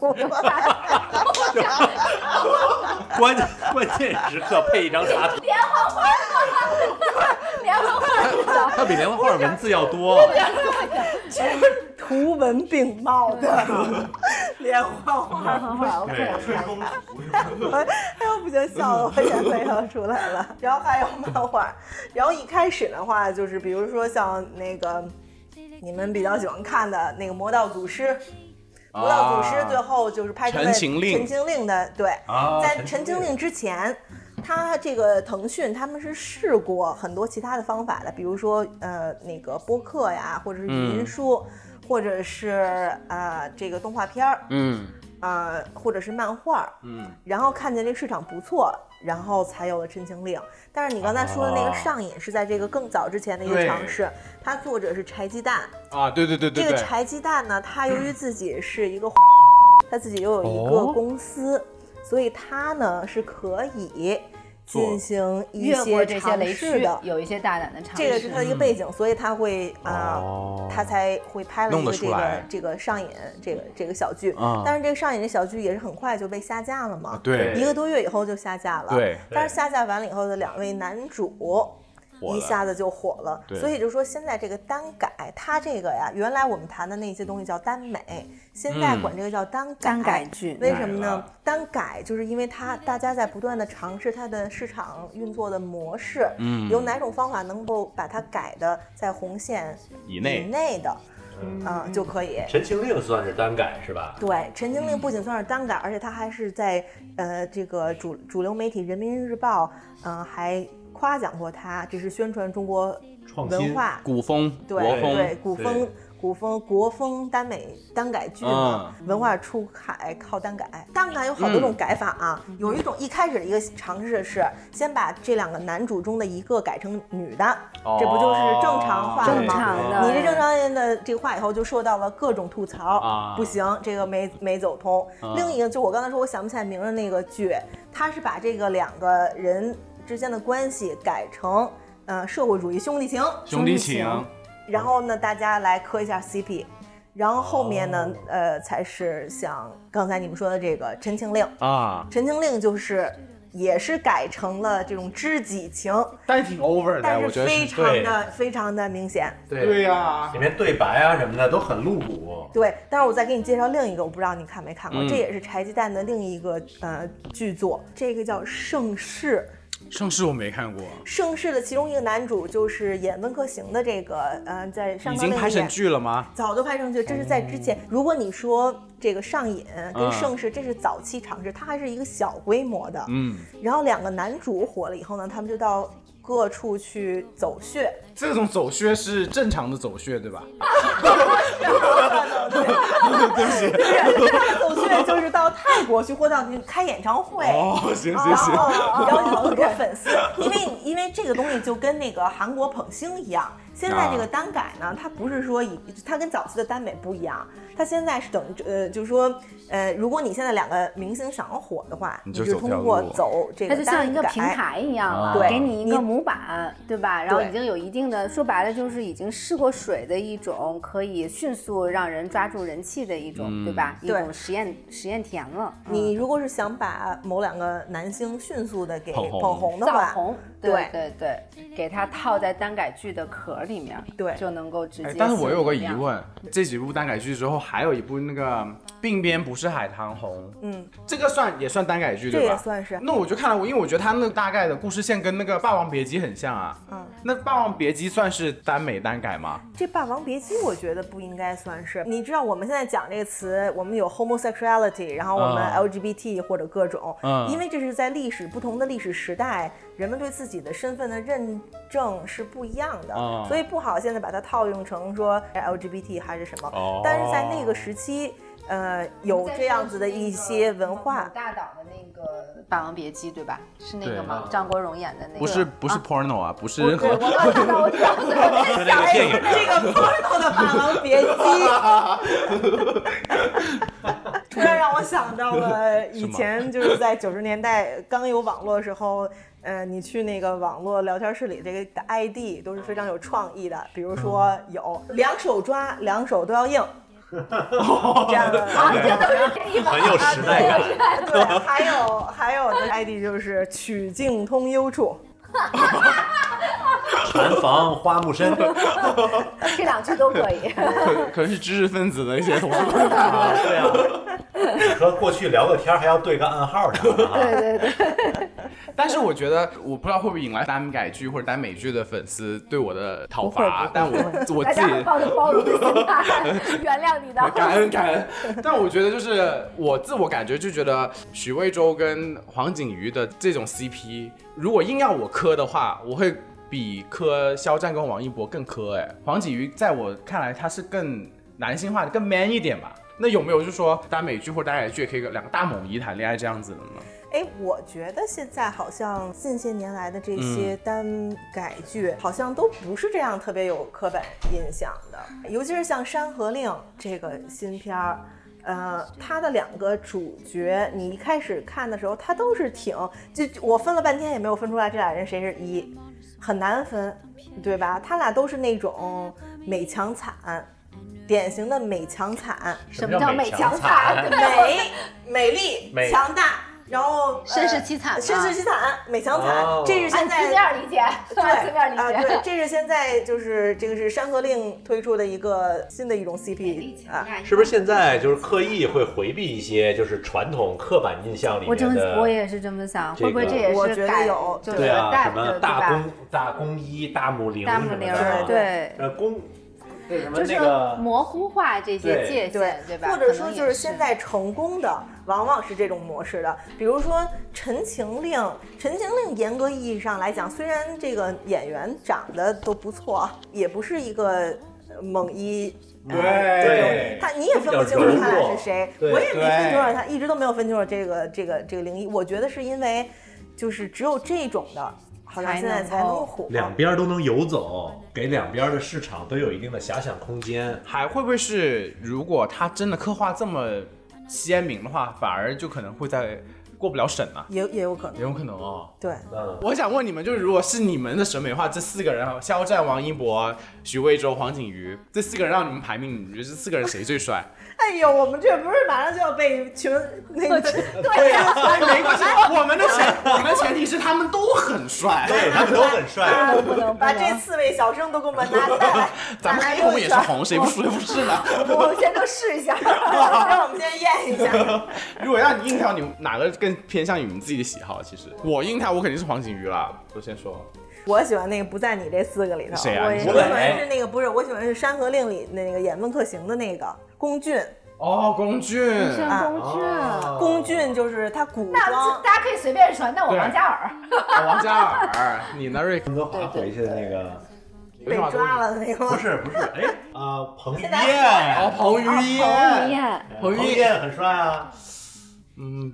Speaker 3: 关关键时刻配一张插图，
Speaker 5: 连环画儿，连环画儿，
Speaker 3: 它比连环画儿文字要多。
Speaker 4: 这是图文并茂的 连环画画，我不想笑了， 哎呦不行，笑的我眼泪要出来了。然后还有漫画，然后一开始的话就是，比如说像那个你们比较喜欢看的那个《魔道祖师》。《魔道祖师》最后就是拍成了《
Speaker 2: 啊陈情令
Speaker 4: 陈情令》的，对，
Speaker 2: 啊
Speaker 4: 在《
Speaker 2: 陈
Speaker 4: 陈
Speaker 2: 情
Speaker 4: 情令》之前，他这个腾讯他们是试过很多其他的方法的，比如说呃那个播客呀，或者是语音
Speaker 2: 嗯
Speaker 4: 书，或者是呃这个动画片儿，
Speaker 2: 嗯
Speaker 4: 呃或者是漫画儿，
Speaker 2: 嗯，
Speaker 4: 然后看见这个市场不错，然后才有了《陈情令》。但是你刚才说的那个
Speaker 2: 哦
Speaker 4: 上瘾是在这个更早之前的一个
Speaker 2: 对
Speaker 4: 尝试，它作者是柴鸡蛋，
Speaker 2: 啊，对对对对
Speaker 4: 这个
Speaker 2: 对，嗯
Speaker 4: 柴鸡蛋呢，他由于自己是一个，他自己又有一
Speaker 2: 哦
Speaker 4: 个公司，所以他呢是可以
Speaker 5: 做
Speaker 4: 进行一
Speaker 5: 越过这些
Speaker 4: 尝
Speaker 5: 雷
Speaker 4: 试
Speaker 5: 区嗯
Speaker 4: 的，。
Speaker 5: 有一些大胆的尝试。
Speaker 4: 这个是他的一个背景，所以他会啊，
Speaker 2: 哦
Speaker 4: 他才会拍了一
Speaker 5: 弄
Speaker 4: 个
Speaker 5: 得
Speaker 4: 这
Speaker 5: 出
Speaker 4: 个
Speaker 5: 来
Speaker 4: 这个上瘾这个这个小剧
Speaker 2: 啊。
Speaker 4: 但是这个上瘾这小剧也是很快就被下架了嘛，
Speaker 2: 对
Speaker 4: 一个多月以后就下架了。
Speaker 2: 对
Speaker 4: 但是下架完了以后的两位男主。
Speaker 2: 火了
Speaker 4: 一下子就火了，
Speaker 2: 对
Speaker 4: 所以就说现在这个单改，它这个呀，原来我们谈的那些东西叫耽美，现在
Speaker 5: 嗯
Speaker 4: 管这个叫单改。
Speaker 5: 单改剧嗯
Speaker 4: 为什么
Speaker 5: 改
Speaker 4: 呢
Speaker 5: 了？
Speaker 4: 单改就是因为它大家在不断的尝试它的市场运作的模式，
Speaker 2: 嗯
Speaker 4: 有哪种方法能够把它改的在红线
Speaker 3: 以内
Speaker 4: 以内的，啊、就可以。
Speaker 3: 陈情令算是单改是吧？
Speaker 4: 对，《陈情令》不仅算是单改，而且它还是在呃这个主主流媒体《人民日报》嗯、还夸奖过它，这是宣传中国文化
Speaker 2: 古风、
Speaker 4: 对
Speaker 2: 国风、
Speaker 4: 对古风。古风国风耽美单改剧嘛，文化出海靠单改，单改有好多种改法啊。有一种一开始的一个尝试是先把这两个男主中的一个改成女的，
Speaker 5: 哦
Speaker 4: 这不就是正常化了吗？
Speaker 5: 正常的
Speaker 4: 你这正常人的这个化以后就受到了各种吐槽，
Speaker 5: 啊
Speaker 4: 不行，这个没没走通。
Speaker 5: 啊
Speaker 4: 另一个就我刚才说我想不起来名儿的那个剧，它是把这个两个人之间的关系改成呃社会主义兄弟情，
Speaker 2: 兄弟情，
Speaker 4: 然后呢，大家来磕一下 CP，然后后面呢，呃，才是像刚才你们说的这个《陈情令》。
Speaker 2: 啊
Speaker 4: 《陈情令》就是也是改成了这种知己情，
Speaker 2: 但挺 over
Speaker 4: 但
Speaker 3: 我觉得是
Speaker 4: 非常的非常的明显。
Speaker 2: 对呀
Speaker 3: 里面对白啊什么的都很露骨。
Speaker 4: 对，但是我再给你介绍另一个，我不知道你看没看过，
Speaker 2: 嗯
Speaker 4: 这也是柴鸡蛋的另一个呃剧作，这个叫《盛世》。
Speaker 2: 盛世我没看过，
Speaker 4: 盛世的其中一个男主就是演温客行的这个，呃，在上
Speaker 2: 已
Speaker 4: 高
Speaker 2: 经
Speaker 4: 那
Speaker 2: 拍
Speaker 4: 一
Speaker 2: 成
Speaker 4: 年
Speaker 2: 剧了吗？
Speaker 4: 早就拍上去，这是在之
Speaker 2: 哎
Speaker 4: 前。如果你说这个上瘾跟
Speaker 2: 嗯
Speaker 4: 盛世，这是早期尝试，它还是一个小规模的。
Speaker 2: 嗯，
Speaker 4: 然后两个男主火了以后呢，他们就到各处去走穴。
Speaker 2: 这种走穴是正常的走穴对吧？对不起，
Speaker 4: 走穴就是到泰国去，或到那开演唱会。
Speaker 2: 哦行行行
Speaker 4: 然 后然后有很多粉丝，因为因为这个东西就跟那个韩国捧星一样，现在
Speaker 5: 啊
Speaker 4: 这个单改呢，它不是说以它跟早期的耽美不一样，它现在是等于呃，就是说呃，如果你现在两个明星想要火的话，
Speaker 5: 你
Speaker 4: 你
Speaker 5: 就
Speaker 4: 就
Speaker 5: 走
Speaker 4: 通
Speaker 5: 这条
Speaker 4: 过
Speaker 5: 路
Speaker 4: 走这个
Speaker 5: 它
Speaker 4: 单改，
Speaker 5: 就像一个平台一样了，
Speaker 4: 对，
Speaker 5: 给你一个模板，对吧？然后已经有一定的，说白了就是已经试过水的一种，可以迅速让人抓住人气的一种，
Speaker 4: 嗯
Speaker 5: 对吧？一
Speaker 4: 对
Speaker 5: 种实验实验田了。嗯
Speaker 4: 你如果是想把某两个男星迅速的给
Speaker 5: 捧红
Speaker 4: 捧红的话，
Speaker 5: 造红对
Speaker 4: 对
Speaker 5: 对对，给它套在单改剧的壳里面，
Speaker 4: 对，
Speaker 5: 就能够直接
Speaker 2: 哎
Speaker 5: 吸引流量。
Speaker 2: 但是我有个疑问，这几部单改剧之后，还有一部那个《鬓边不是海棠红》，
Speaker 4: 嗯，
Speaker 2: 这个算也算单改剧
Speaker 4: 这
Speaker 2: 对吧？
Speaker 4: 也算是。
Speaker 2: 那我就看了，我因为我觉得它那大概的故事线跟那个《霸王别姬》很像啊。
Speaker 4: 嗯，
Speaker 2: 那《霸王别姬》算是耽美单改吗？
Speaker 4: 这《霸王别姬》我觉得不应该算是。你知道我们现在讲这个词，我们有 homosexuality，然后我们
Speaker 2: 嗯
Speaker 4: LGBT 或者各种，
Speaker 2: 嗯
Speaker 4: 因为这是在历史不同的历史时代，人们对自己的身份的认证是不一样的，
Speaker 5: 嗯
Speaker 4: 哎所以不好现在把它套用成说 LGBT 还是什么。
Speaker 5: 哦
Speaker 4: 但是在那个时期。呃有这样子的一些文化。
Speaker 5: 大岛的那个《霸王别姬》对吧？是那个吗
Speaker 2: 对？啊
Speaker 5: 张国荣演的那个。
Speaker 2: 不是不是 porno 啊，不是任何
Speaker 5: 我对我刚看到我知道我在想
Speaker 2: 那
Speaker 5: 哎
Speaker 2: 个电影
Speaker 4: 哎这 个 porno 的《霸王别姬》，突然让我想到了以前就是在九十年代刚有网络的时候。呃，你去那个网络聊天室里，这个的 ID 都是非常有创意的，比如说有
Speaker 2: 嗯
Speaker 4: 两手抓，两手都要 硬，这样的，
Speaker 2: 哦
Speaker 5: 啊这都是这一把
Speaker 3: 很有时代感
Speaker 4: 啊对，对还有还有的 ID 就是曲径通幽处，
Speaker 3: 禅房花木深，
Speaker 5: 啊这两句 都可以。
Speaker 2: 可可能是知识分子的一些同事。
Speaker 3: 对啊，和过去聊个天儿还要对个暗号啥的啊。
Speaker 5: 对对对，
Speaker 2: 但是我觉得，我不知道会不会引来耽改剧或者耽美剧的粉丝对我的讨伐，但我我
Speaker 5: 大
Speaker 2: 自
Speaker 5: 家
Speaker 2: 己
Speaker 5: 抱着包容的心态， 原谅你的。
Speaker 2: 感恩感恩。 但我觉得就是我自我感觉就觉得许魏洲跟黄景瑜的这种 CP，如果硬要我磕的话，我会比磕肖战跟王一博更磕哎。黄景瑜在我看来他是更男性化的，更 man 一点吧。那有没有就是说耽美剧或者耽改剧也可以两个大猛一谈恋爱这样子的呢？
Speaker 4: 哎，我觉得现在好像近些年来的这些单改剧，好像都不是这样特别有刻板印象的，尤其是像《山河令》这个新片儿。呃，它的两个主角，你一开始看的时候，他都是挺，就我分了半天也没有分出来这俩人谁是一，很难分，对吧？他俩都是那种美强惨，典型的美强惨。
Speaker 5: 什么叫美强
Speaker 3: 惨
Speaker 4: 美、美丽、
Speaker 3: 美
Speaker 4: 强大，然后
Speaker 5: 绅士凄惨啊
Speaker 4: 呃
Speaker 5: 吗
Speaker 4: 绅士凄惨，美强惨
Speaker 5: 哦，
Speaker 4: 这是现
Speaker 5: 按
Speaker 4: 在
Speaker 5: 字面理解
Speaker 4: 对，
Speaker 5: 按字面理解
Speaker 4: 啊对，这是现在就是这个是《山河令》推出的一个新的一种 CP 啊，
Speaker 3: 是不是现在就是刻意会回避一些就是传统刻板印象里
Speaker 5: 我这
Speaker 3: 面
Speaker 5: 么
Speaker 3: 的？
Speaker 5: 我也是这么想，
Speaker 3: 这
Speaker 5: 会不会
Speaker 3: 个
Speaker 5: 这也
Speaker 4: 我
Speaker 5: 是
Speaker 4: 觉得
Speaker 5: 改
Speaker 4: 有
Speaker 5: 就是
Speaker 3: 对啊，
Speaker 5: 代
Speaker 3: 什么
Speaker 5: 对
Speaker 3: 大
Speaker 5: 吧
Speaker 3: 公大公一、大母零
Speaker 5: 大
Speaker 3: 什
Speaker 5: 母
Speaker 3: 么
Speaker 5: 零
Speaker 3: 的，
Speaker 5: 对
Speaker 3: 呃公那什么
Speaker 5: 就是
Speaker 3: 那个
Speaker 5: 模糊化这些
Speaker 3: 对
Speaker 5: 界限，对吧？
Speaker 4: 或者
Speaker 5: 可
Speaker 4: 说
Speaker 5: 能也
Speaker 4: 就是现在成功的往往是这种模式的，比如说《陈情令》，《陈情令》严格意义上来讲，虽然这个演员长得都不错，也不是一个呃猛一。呃
Speaker 3: 对
Speaker 4: 这种他你也分不清
Speaker 3: 比较柔弱
Speaker 4: 楚他俩是谁，
Speaker 3: 对
Speaker 4: 我也没分清楚
Speaker 3: 对
Speaker 4: 他，一直都没有分清楚这个这个这个零一。我觉得是因为，就是只有这种的，好像现在才能火。
Speaker 3: 两边都能游走，给两边的市场都有一定的遐想空间。
Speaker 2: 还会不会是，如果他真的刻画这么鲜明的话，反而就可能会在过不了审啊？
Speaker 4: 也也有可能，
Speaker 2: 也有可能哦。
Speaker 4: 对，
Speaker 3: 嗯
Speaker 2: 我想问你们，就是如果是你们的审美的话，这四个人啊，肖战、王一博、许魏洲、黄景瑜，这四个人让你们排名，你们觉得这四个人谁最帅？
Speaker 4: 哎呦，我们这不是马上就要被群那 个
Speaker 2: 对呀、哎没关系，我们的前我们的前提是他们都很帅，
Speaker 3: 对他们都很帅
Speaker 4: 不能 把这四位小生都给我们拿下来，
Speaker 2: 咱们黑哎红也是红，谁不谁不是呢？
Speaker 5: 我们先都试一下，
Speaker 4: 让我们先验一下。
Speaker 2: 如果让你硬挑，你哪个更偏向你们自己的喜好？其实我硬挑，我肯定是黄景瑜啦。我先说，
Speaker 4: 我喜欢那个不在你这四个里头，
Speaker 2: 谁啊
Speaker 4: 我
Speaker 2: 你
Speaker 4: 喜
Speaker 2: 说
Speaker 4: 欢是那个不是，我喜欢是《山河令》里那个演温客行的那个龚俊。
Speaker 2: 哦，龚俊
Speaker 4: 你喜 欢龚
Speaker 5: 俊啊
Speaker 4: 龚俊就是他古
Speaker 5: 那
Speaker 4: 装，
Speaker 5: 大家可以随便说，那我
Speaker 2: 对
Speaker 5: 王嘉尔，
Speaker 2: 王嘉尔，你呢，瑞？
Speaker 3: 温哥华回去的那个
Speaker 4: 被抓了的那个。
Speaker 3: 不是不是，哎啊，彭于晏，
Speaker 2: 哦，彭于晏，
Speaker 5: 晏，
Speaker 2: 彭于
Speaker 3: 于晏很帅啊。
Speaker 2: 嗯，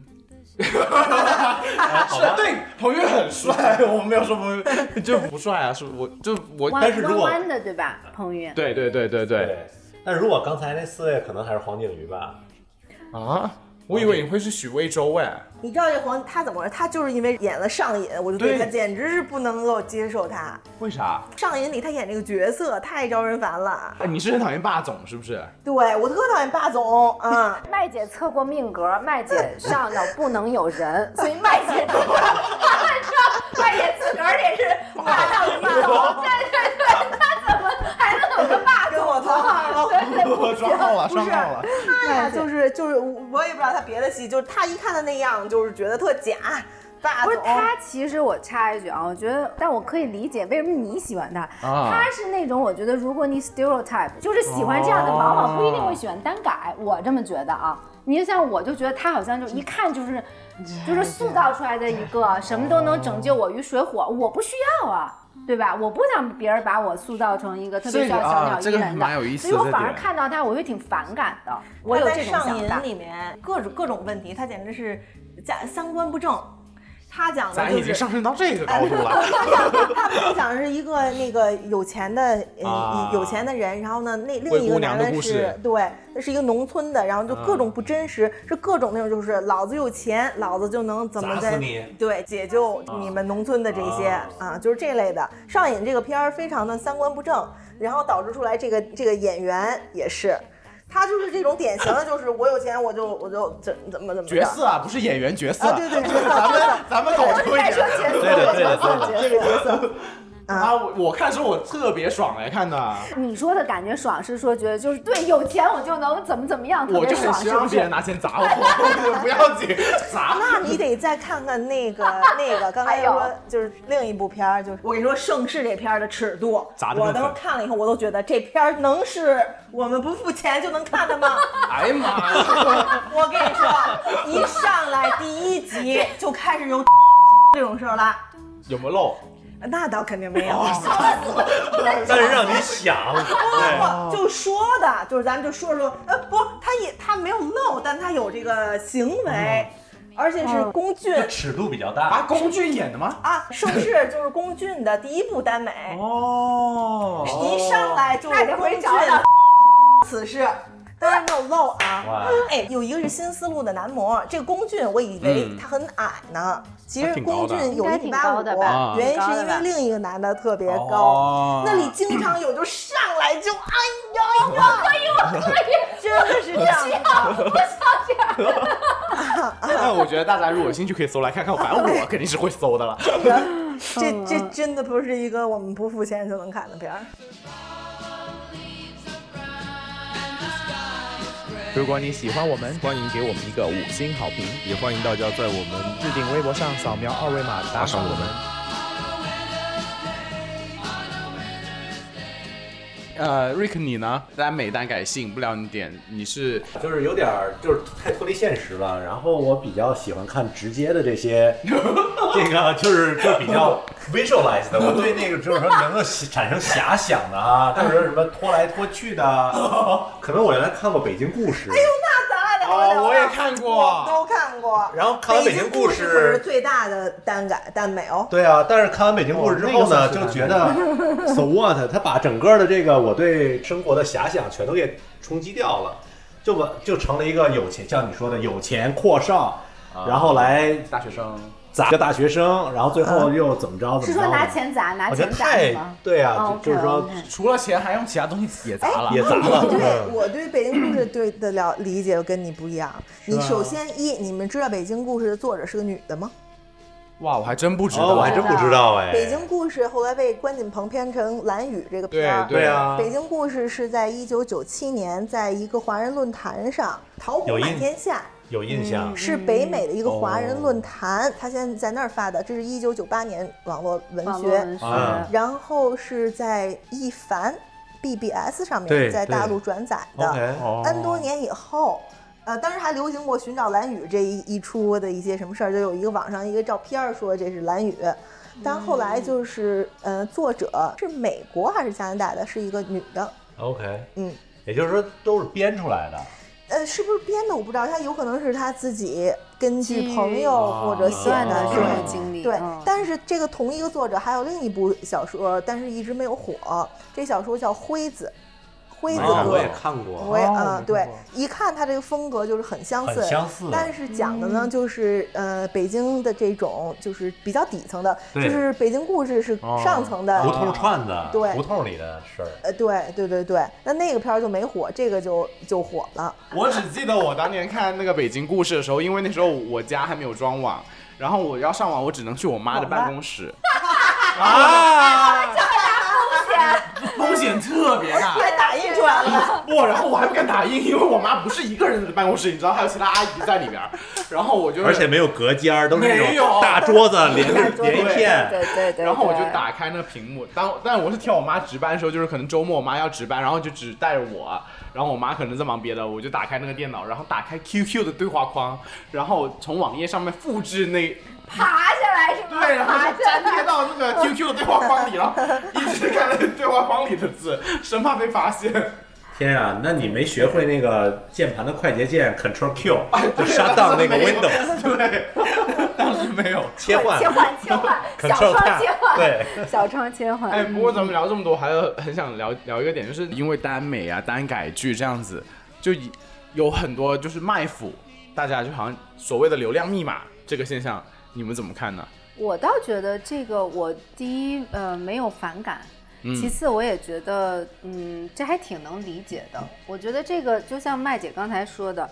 Speaker 3: 哎好吧
Speaker 2: 是对，彭于晏很帅，我没有说彭于晏就不帅啊，是我就我，
Speaker 5: 弯
Speaker 2: 但是如果
Speaker 5: 弯弯的对吧？彭于晏，
Speaker 2: 对对对对对
Speaker 3: 但如果刚才那四位可能还是黄景瑜吧，
Speaker 2: 啊，我以为你会是许魏洲哎，
Speaker 4: 你知道这黄他怎么回事？他就是因为演了上瘾，我就对
Speaker 2: 对
Speaker 4: 他简直是不能够接受他。
Speaker 2: 为啥？
Speaker 4: 上瘾里他演这个角色太招人烦了，
Speaker 2: 哎你是很讨厌霸总是不是？
Speaker 4: 对我特讨厌霸总啊。
Speaker 5: 麦姐测过命格，麦姐上脑不能有人， 所以麦姐知道，麦姐自个儿也是霸道 一头，对对对，她怎么还能有个霸总？啊
Speaker 4: 我操
Speaker 5: 对对，不行，
Speaker 2: 号了
Speaker 4: 不是
Speaker 2: 上号了
Speaker 4: 他呀，就是就是，我也不知道他别的戏，就是他一看他那样，就是觉得特假。霸
Speaker 5: 不是
Speaker 4: 总
Speaker 5: 他，其实我插一句啊，我觉得，但我可以理解为什么你喜欢他。
Speaker 9: 啊
Speaker 5: 他是那种我觉得，如果你 stereotype 就是喜欢这样的，
Speaker 9: 哦
Speaker 5: 往往不一定会选单改。我这么觉得啊。你就像我就觉得他好像就一 看就是，就是塑造出来的一个什么都能拯救我于水火，我不需要啊。对吧？我不想别人把我塑造成一个特别需要小鸟依人的，
Speaker 2: 这个啊这个蛮有意思的
Speaker 5: 所以我反而
Speaker 2: 这点
Speaker 5: 看到他，我会挺反感的。我有
Speaker 4: 他
Speaker 5: 这
Speaker 4: 在
Speaker 5: 种
Speaker 4: 上
Speaker 5: 想法
Speaker 4: 瘾。里面各种各种问题，他简直是假三观不正。他讲的、就是、
Speaker 2: 咱已经上升到这个高度了。
Speaker 4: 哎他讲的是一个那个有钱的
Speaker 2: 啊
Speaker 4: 呃有钱的人，然后呢，那另
Speaker 2: 灰
Speaker 4: 一
Speaker 2: 姑
Speaker 4: 个
Speaker 2: 娘
Speaker 4: 男
Speaker 2: 的
Speaker 4: 的
Speaker 2: 故
Speaker 4: 是
Speaker 2: 事嗯
Speaker 4: 对，那是一个农村的，然后就各种不真实，是各种那种就是老子有钱，老子就能怎么
Speaker 3: 砸死
Speaker 4: 的
Speaker 3: 你，
Speaker 4: 对，解救你们农村的这些
Speaker 3: 啊
Speaker 4: 啊，就是这类的。上瘾这个片儿非常的三观不正，然后导致出来这个这个演员也是。他就是这种典型的，就是我有钱我就我就怎怎么怎么着
Speaker 2: 角色啊，不是演员角色。
Speaker 4: 啊对对角 色
Speaker 2: 咱们咱们搞出一点。
Speaker 4: 再说角色
Speaker 2: 对的对的对的
Speaker 4: 角色这个角色。
Speaker 2: 啊，我我看的时候我特别爽哎，看的。
Speaker 5: 你说的感觉爽是说觉得就是对有钱我就能怎么怎么样，特
Speaker 2: 我
Speaker 5: 别
Speaker 2: 就很
Speaker 5: 爽
Speaker 2: 希
Speaker 5: 是不
Speaker 2: 望别
Speaker 5: 是
Speaker 2: 人？拿钱砸我， 我不要紧，砸。
Speaker 4: 那你得再看看那个那个，刚才说就是另一部片儿，就是我跟你说《盛世》这片儿的尺度，
Speaker 2: 砸得更
Speaker 4: 我
Speaker 2: 狠
Speaker 4: 当时看了以后，我都觉得这片儿能是我们不付钱就能看的 吗？
Speaker 2: 哎呀妈 呀！
Speaker 4: 我跟你说，一上来第一 集就开始有这种事儿了，
Speaker 2: 有没有漏？
Speaker 4: 那倒肯定没有。
Speaker 2: 哦
Speaker 3: 但是让你想，
Speaker 4: 不
Speaker 3: 对，
Speaker 4: 就说的，就是咱们就说说，呃，不，他也他没有漏，但他有这个行为，
Speaker 2: 嗯
Speaker 4: 而且是龚俊
Speaker 3: 这尺度比较大
Speaker 2: 啊，龚俊演的吗？
Speaker 4: 啊，盛世就是龚俊的第一部耽美
Speaker 2: 哦
Speaker 4: 一上来就
Speaker 5: 那
Speaker 4: 是
Speaker 5: 得
Speaker 4: 龚
Speaker 5: 回
Speaker 4: 俊
Speaker 5: 找找
Speaker 4: 的此事。当然没有漏啊
Speaker 3: 哇！
Speaker 4: 哎，有一个是新思路的男模，这个龚俊我以为
Speaker 3: 嗯
Speaker 4: 他很矮呢，其
Speaker 3: 他
Speaker 4: 实
Speaker 3: 挺高
Speaker 4: 龚
Speaker 3: 的
Speaker 4: 俊有
Speaker 3: 应
Speaker 4: 一
Speaker 3: 该
Speaker 4: 米
Speaker 3: 挺
Speaker 4: 八
Speaker 3: 高
Speaker 4: 五
Speaker 3: 的吧，
Speaker 4: 原因
Speaker 3: 挺
Speaker 4: 是
Speaker 3: 高的
Speaker 4: 因为
Speaker 3: 吧
Speaker 4: 另一个男的特别
Speaker 3: 哦
Speaker 4: 高，那里经常有就上来就哎呦呀，
Speaker 5: 可以，我可以，
Speaker 4: 真的是这样 子的。
Speaker 5: 我想这样。
Speaker 2: 那我觉得大家如果有兴趣可以搜来看看，反正我肯定是会搜 的了。
Speaker 4: 这这真的不是一个我们不付钱就能看的片儿。
Speaker 2: 如果你喜欢我们，欢迎给我们一个五星好评，也欢迎大家在我们置顶微博上扫描二维码打赏我们。呃，Rick，你呢？耽美耽改吸引不了你点，你是
Speaker 3: 就是有点儿就是太脱离现实了。然后我比较喜欢看直接的这 些，这个就是就比较 visualize 的。我对那个就是说能够产生遐想的啊，或者什么拖来拖去的，啊 可能我原来看过《北京故事》
Speaker 4: 哎呦，那咱俩得聊聊了
Speaker 3: 哦我也看过
Speaker 4: 我都看过。
Speaker 3: 然后看完
Speaker 4: 北
Speaker 3: 北京
Speaker 4: 故
Speaker 3: 故
Speaker 4: 事
Speaker 3: 事
Speaker 4: 可是最大的耽改耽美哦。
Speaker 3: 对啊，但是看完《北京故事》之后呢，就觉得 so what，他把整个的这个我对生活的遐想全都给冲击掉了，就我就成了一个有钱，像你说的有钱阔少，
Speaker 4: 啊
Speaker 3: 然后来
Speaker 2: 大学生
Speaker 3: 砸个大学生，然后最后又怎么着
Speaker 5: 嗯是
Speaker 3: 怎么
Speaker 5: 说
Speaker 3: 着
Speaker 5: 拿
Speaker 3: 的。
Speaker 5: 钱砸，拿
Speaker 3: 我觉
Speaker 5: 钱
Speaker 3: 得
Speaker 5: 砸
Speaker 3: 太
Speaker 5: 是吗？
Speaker 3: 对啊
Speaker 5: 哦，
Speaker 3: 就就是说
Speaker 5: OK，OK
Speaker 2: 除了钱还用其他东西也砸了，
Speaker 3: 哎也 砸了
Speaker 4: 对，
Speaker 5: 嗯
Speaker 4: 我对北京故事对的了理解跟你不一样。
Speaker 2: 是
Speaker 4: 你
Speaker 5: 啊
Speaker 2: 吧
Speaker 4: 首先一，你们知道北京故事的作者是个女的吗？
Speaker 2: 哇，我还真不知道，
Speaker 3: 哦我还真不知道哎
Speaker 4: 北京故事后来被关锦鹏编成《蓝雨》这个片儿。
Speaker 3: 对对啊
Speaker 4: 北京故事是在一九九七年，在一个华人论坛上，陶虎
Speaker 3: 有
Speaker 4: 满
Speaker 3: 印
Speaker 4: 天下。
Speaker 3: 有印象，
Speaker 4: 是
Speaker 5: 嗯
Speaker 4: 北美的一个华人
Speaker 3: 哦
Speaker 4: 论坛，他现在在那儿发的，这是一九九八年网络文
Speaker 5: 网
Speaker 4: 学，
Speaker 5: 络文学啊
Speaker 4: 然后是在一凡 BBS 上面
Speaker 5: 对
Speaker 4: 在大陆转载的
Speaker 3: 哎
Speaker 5: OK
Speaker 3: 嗯
Speaker 5: 哦
Speaker 4: ，N 多年以后。呃，当时还流行过《寻找蓝雨》这一一出的一些什么事儿，就有一个网上一个照片儿说这是蓝雨，但后来
Speaker 3: 嗯
Speaker 4: 就是呃，作者是美国还是加拿大的，是一个女的，
Speaker 3: 哦 OK，
Speaker 4: 嗯，
Speaker 3: 也就是说都是编出来的。
Speaker 4: 呃，是不是编的我不知道，他有可能是他自己根
Speaker 5: 基
Speaker 4: 据
Speaker 5: 于
Speaker 4: 朋友
Speaker 3: 啊
Speaker 4: 或者
Speaker 5: 一
Speaker 4: 写
Speaker 5: 段
Speaker 4: 的
Speaker 5: 的
Speaker 4: 对
Speaker 5: 生活经历
Speaker 4: 对
Speaker 5: 嗯，
Speaker 4: 但是这个同一个作者还有另一部小说，但是一直没有火。这小说叫《灰子》，灰子
Speaker 3: 哦
Speaker 4: 哥，
Speaker 3: 我也看过
Speaker 4: 我也
Speaker 3: 哦
Speaker 4: 嗯
Speaker 3: 我
Speaker 4: 对，一看他这个风格就是很相似，
Speaker 3: 很相似
Speaker 4: 但是讲的呢，就是呃北京的这种就是比较底层的，就
Speaker 3: 对哦
Speaker 4: 是北京故事是上层的
Speaker 3: 胡同串子，
Speaker 4: 对
Speaker 3: 胡同里的事儿。
Speaker 4: 呃，对对对对，那那个片儿就没火，这个就就火 了。
Speaker 2: 我只记得我当年看那个《北京故事》的时候，因为那时候我家还没有装网，然后我要上网，我只能去我妈的办公室，
Speaker 8: 啊，
Speaker 2: 风险特别大。
Speaker 4: 还打印出出来了。
Speaker 8: 不，然后我还不敢打印，因为我妈不是一个人在办公室，你知道，还有其他阿姨在里边儿。然后我就
Speaker 9: 而且没有隔间儿，都是那
Speaker 8: 没有
Speaker 9: 种大桌 子连
Speaker 8: 大桌子
Speaker 9: 连一片。
Speaker 8: 对
Speaker 5: 对
Speaker 8: 然后我就打开那屏幕，但但我是听我妈值班的时候，就是可能周末我妈要值班，然后就只带着我，然后我妈可能在忙别的，我就打开那个电脑，然后打开 QQ 的对话框，然后从网页上面复制那
Speaker 5: 爬下来是吗？
Speaker 8: 对，然后
Speaker 5: 爬
Speaker 8: 就
Speaker 5: 下
Speaker 8: 粘贴
Speaker 5: 来。
Speaker 8: 到那个 QQ 的对话框里，然后一直看那对话框里的字，生怕被发现。
Speaker 3: 天啊，那你没学会那个键盘的快捷键 Control Q，
Speaker 9: 就 shut down 那个 Windows
Speaker 8: 对，当时没有
Speaker 9: 切换
Speaker 5: 切换切换，小
Speaker 8: Control
Speaker 5: 窗切换，
Speaker 8: 对
Speaker 5: 小窗 切换。
Speaker 8: 哎，不过
Speaker 4: 嗯
Speaker 8: 咱们聊这么多，还有很想聊聊一个点，就是因为耽美啊、耽改剧这样子，就以有很多就是卖腐，大家就好像所谓的流量密码这个现象，你们怎么看呢？
Speaker 5: 我倒觉得这个，我第一呃没有反感，
Speaker 8: 嗯
Speaker 5: 其次我也觉得，嗯，这还挺能理解的。我觉得这个就像麦姐刚才说的，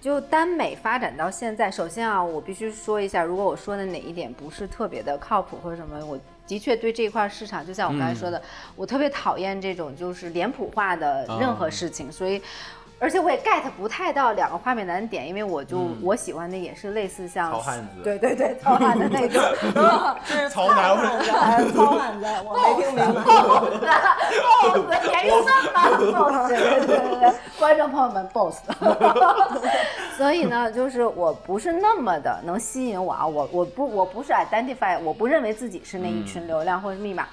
Speaker 5: 就耽美发展到现在，首先啊，我必须说一下，如果我说的哪一点不是特别的靠谱或者什么，我的确对这块市场，就像我刚才
Speaker 8: 嗯
Speaker 5: 说的，我特别讨厌这种就是脸谱化的
Speaker 8: 哦
Speaker 5: 任何事情，所以。而且我也 get 不太到两个画面男的点，因为我就、
Speaker 8: 嗯
Speaker 5: 我喜欢的也是类似像
Speaker 8: 糙汉子
Speaker 5: 对对对，糙汉的 那种，哦
Speaker 4: 是
Speaker 8: 曹楠
Speaker 3: 哦
Speaker 4: 汉子还是呃糙汉子？我没听明白。
Speaker 5: boss，严又算 吧，boss，对哦对对对对，观众朋友们，boss。所以呢，就是我不是那么的能吸引我啊，我我不我不是 identify，我不认为自己是那
Speaker 8: 嗯
Speaker 5: 一群流量或者密码。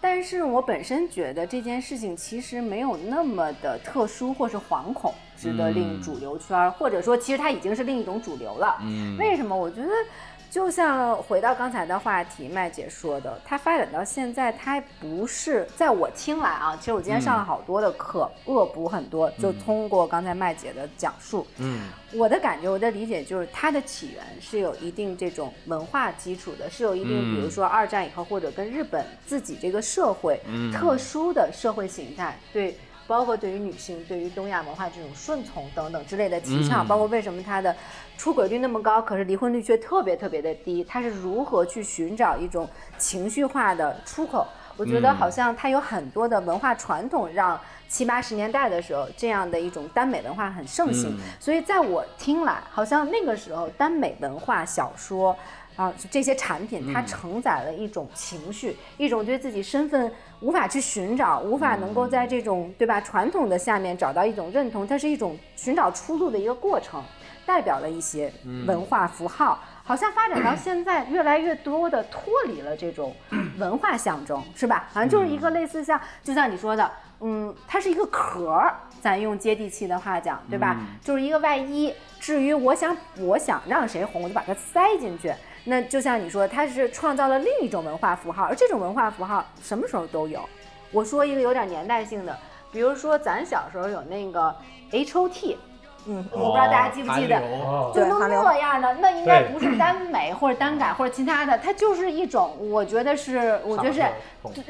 Speaker 5: 但是我本身觉得这件事情其实没有那么的特殊或是惶恐，值得令
Speaker 8: 嗯
Speaker 5: 主流圈儿，或者说其实它已经是另一种主流了。
Speaker 8: 嗯
Speaker 5: 为什么？我觉得就像回到刚才的话题，麦姐说的，它发展到现在，它不是在我听来啊，其实我今
Speaker 8: 嗯
Speaker 5: 天上了好多的课，恶补很多，就通过刚才麦姐的讲述，
Speaker 8: 嗯
Speaker 5: 我的感觉，我的理解就是它的起源是有一定这种文化基础的，是有一定，
Speaker 8: 嗯
Speaker 5: 比如说二战以后或者跟日本自己这个社会、
Speaker 8: 嗯
Speaker 5: 特殊的社会形态对。包括对于女性、对于东亚文化这种顺从等等之类的提倡，
Speaker 8: 嗯
Speaker 5: 包括为什么它的出轨率那么高，可是离婚率却特别特别的低，它是如何去寻找一种情绪化的出口？我觉得
Speaker 8: 嗯
Speaker 5: 好像它有很多的文化传统，让七八十年代的时候这样的一种耽美文化很盛行，
Speaker 8: 嗯
Speaker 5: 所以在我听来，好像那个时候耽美文化小说啊、这些产品，它
Speaker 8: 嗯
Speaker 5: 承载了一种情绪，一种对自己身份无法去寻找，无法能够
Speaker 8: 嗯
Speaker 5: 在这种、对吧传统的下面找到一种认同，它是一种寻找出路的一个过程，代表了一些
Speaker 8: 嗯
Speaker 5: 文化符号。好像发展到现在，越来越多的脱离了 这种文化象征，是吧？好像就是
Speaker 8: 嗯
Speaker 5: 一个类似像，就像你说的，嗯，它是一个壳儿，咱用接地气的话讲，对吧？
Speaker 8: 嗯
Speaker 5: 就是一个外衣。至于我想我想让谁红，我就把它塞进去。那就像你说，它是创造了另一种文化符号，而这种文化符号什么时候都有。我说一个有点年代性的，比如说咱小时候有那个 H O T。
Speaker 4: 嗯，
Speaker 5: 我不知道大家记不记得，
Speaker 3: 哦
Speaker 5: 就
Speaker 4: 对
Speaker 5: 弄
Speaker 4: 韩流
Speaker 5: 那样的，那应该
Speaker 4: 对
Speaker 5: 不 是耽美或者耽改或者其他的，它就是一种，我觉得是，我觉得是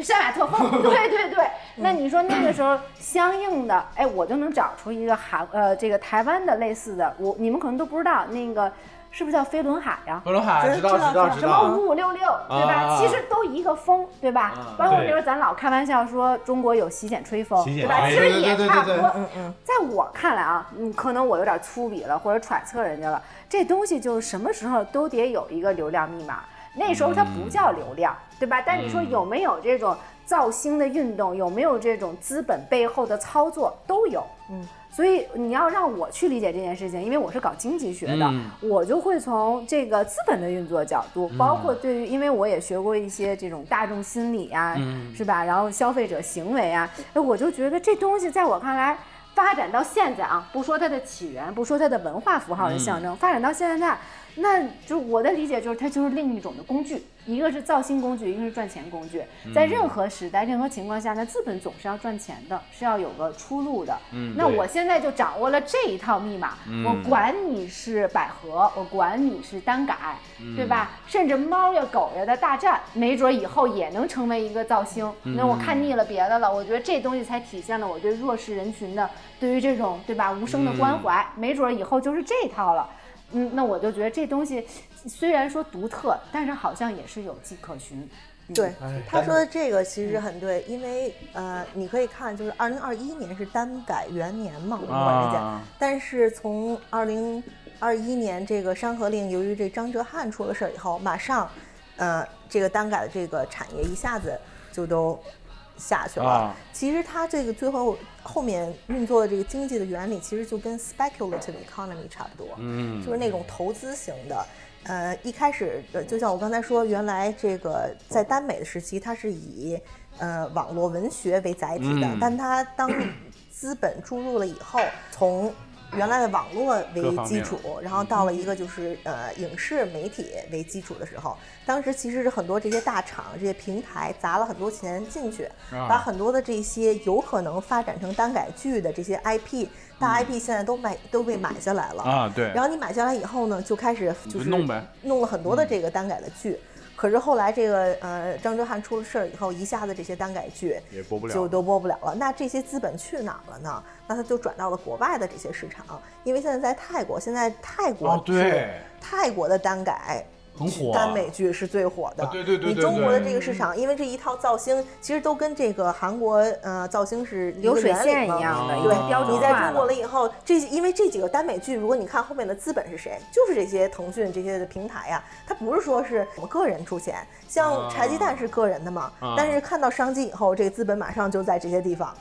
Speaker 5: 杀马特 风，对对对。那你说那个时候相应的，哎，我就能找出一个韩呃这个台湾的类似的，我你们可能都不知道那个。是不是叫飞轮海啊呀、
Speaker 2: 飞轮海知道知道知道知道
Speaker 5: 哦什么五五六六，对吧？
Speaker 2: 啊
Speaker 5: 其实都一个风，对吧？包括比
Speaker 2: 对
Speaker 5: 如咱老开玩笑说中国有洗剪吹风，
Speaker 2: 洗剪
Speaker 5: 对吧？
Speaker 2: 吹
Speaker 5: 其实
Speaker 2: 对
Speaker 5: 也
Speaker 2: 对对
Speaker 5: 差不
Speaker 2: 对对
Speaker 5: 多。
Speaker 2: 嗯
Speaker 5: 在我看来啊，嗯，可能我有点粗鄙了，或者揣测人家了。这东西就是什么时候都得有一个流量密码。那时候它不叫流量，
Speaker 2: 嗯
Speaker 5: 对吧？但你说有没有这种造星的运动，有没有这种资本背后的操作，都有。
Speaker 4: 嗯，
Speaker 5: 所以你要让我去理解这件事情，因为我是搞经济学的，
Speaker 8: 嗯
Speaker 5: 我就会从这个资本的运作角度，
Speaker 8: 嗯
Speaker 5: 包括对于，因为我也学过一些这种大众心理啊，
Speaker 8: 嗯
Speaker 5: 是吧？然后消费者行为啊，哎，我就觉得这东西在我看来，发展到现在啊，不说它的起源，不说它的文化符号
Speaker 8: 嗯
Speaker 5: 的象征，发展到现在，那就我的理解就是它就是另一种的工具，一个是造星工具，一个是赚钱工具。在
Speaker 8: 嗯
Speaker 5: 任何时代、任何情况下，那资本总是要赚钱的，是要有个出路的。
Speaker 8: 嗯
Speaker 5: 那
Speaker 8: 对
Speaker 5: 我现在就掌握了这一套密码，
Speaker 8: 嗯
Speaker 5: 我管你是百合，我管你是单改，对
Speaker 8: 嗯
Speaker 5: 吧？甚至猫呀狗呀的大战，没准以后也能成为一个造星。
Speaker 8: 嗯
Speaker 5: 那我看腻了别的了，我觉得这东西才体现了我对弱势人群的对于这种对吧无声的关怀，
Speaker 8: 嗯
Speaker 5: 没准以后就是这套了。嗯，那我就觉得这东西虽然说独特，但是好像也是有迹可循。
Speaker 4: 对
Speaker 10: 哎，
Speaker 4: 他说的这个其实很对，因为呃，你可以看，就是二零二一年是单改元年嘛，我们管这叫
Speaker 10: 啊。
Speaker 4: 但是从二零二一年这个《山河令》，由于这张哲瀚出了事儿以后，马上，呃，这个单改的这个产业一下子就都下去了。
Speaker 10: 啊
Speaker 4: 其实它这个最后后面运作的这个经济的原理，其实就跟 speculative economy 差不多。
Speaker 10: 嗯
Speaker 4: 就是那种投资型的。呃，一开始呃就像我刚才说，原来这个在耽美的时期，它是以呃网络文学为载体的，
Speaker 10: 嗯
Speaker 4: 但它当资本注入了以后，从原来的网络
Speaker 10: 各
Speaker 4: 为
Speaker 10: 方
Speaker 4: 基
Speaker 10: 面
Speaker 4: 础，然后到了一个就是呃影视媒体为基础的时候，当时其实是很多这些大厂、这些平台砸了很多钱进去，
Speaker 10: 啊
Speaker 4: 把很多的这些有可能发展成单改剧的这些 IP 大 IP 现在都买、都被买下来了
Speaker 2: 嗯啊对
Speaker 4: 然后你买下来以后呢，就开始就是
Speaker 2: 就弄呗
Speaker 4: 弄了很多的这个单改的剧。可是后来这个呃张哲瀚出了事儿以后，一下子这些单改剧
Speaker 2: 也播不了
Speaker 4: 就都播不了了。那这些资本去哪儿了呢？那他就转到了国外的这些市场，因为现在在泰国，现在泰国
Speaker 2: 哦对
Speaker 4: 是泰国的单改
Speaker 2: 很火
Speaker 4: 耽美剧是最火的。
Speaker 2: 啊对对对对
Speaker 4: 你中国的
Speaker 2: 对
Speaker 4: 这个市场，因为这一套造型其实都跟这个韩国呃造型是一个
Speaker 5: 流水
Speaker 4: 原理
Speaker 5: 线
Speaker 4: 嘛
Speaker 5: 一样的
Speaker 2: 啊
Speaker 4: 对
Speaker 5: 已经标准
Speaker 4: 你在
Speaker 5: 化
Speaker 4: 中国
Speaker 5: 了
Speaker 4: 了以后，这因为这几个耽美剧，如果你看后面的资本是谁，就是这些腾讯这些的平台呀、它不是说是我们个人出钱，像
Speaker 10: 啊
Speaker 4: 柴鸡蛋是个人的嘛，
Speaker 10: 啊
Speaker 4: 但是看到商机以后，这个资本马上就在这些地方。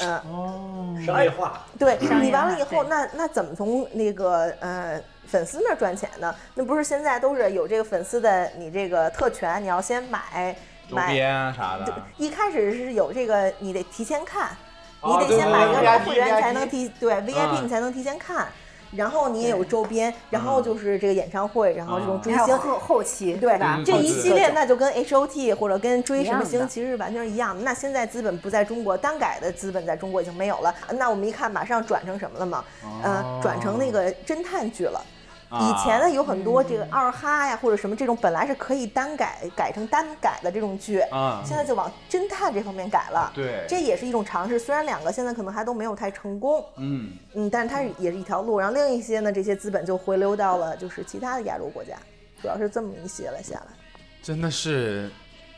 Speaker 4: 嗯，哦
Speaker 3: 商业化
Speaker 4: 对
Speaker 3: 商业
Speaker 4: 你完了
Speaker 3: 化
Speaker 4: 以后，那那怎么从那个呃粉丝那儿赚钱呢？那不是现在都是有这个粉丝的你这个特权，你要先买
Speaker 2: 周
Speaker 4: 买
Speaker 2: 边啊啥的，
Speaker 4: 一开始是有这个，你得提前看，
Speaker 2: 哦
Speaker 4: 你得先买
Speaker 2: 对对对
Speaker 4: 个会
Speaker 2: VIP
Speaker 4: 员才能提，对 VIP
Speaker 2: 嗯嗯
Speaker 4: 你才能提前看。然后你也有周边，然后就是这个演唱会，然后这种追星
Speaker 5: 后后期
Speaker 4: 对
Speaker 5: 吧
Speaker 4: 这一系列
Speaker 5: 嗯
Speaker 4: 那就跟 H O T 或者跟追什么
Speaker 5: 一样
Speaker 4: 星
Speaker 5: 的
Speaker 4: 其实是完全是一样的。那现在资本不在中国，单改的资本在中国已经没有了。那我们一看，马上转成什么了嘛？
Speaker 10: 哦
Speaker 4: 呃，转成那个侦探剧了。以
Speaker 10: 啊
Speaker 4: 前呢有很多这个二哈呀或者什么这种本来是可以单改改成单改的这种剧，
Speaker 10: 啊
Speaker 4: 现在就往侦探这方面改了。
Speaker 10: 对
Speaker 4: 这也是一种尝试。虽然两个现在可能还都没有太成功，
Speaker 10: 嗯，
Speaker 4: 嗯，但是它也是一条路。然后另一些呢，这些资本就回流到了就是其他的亚洲国家，主要是这么一些了下来。
Speaker 8: 真的是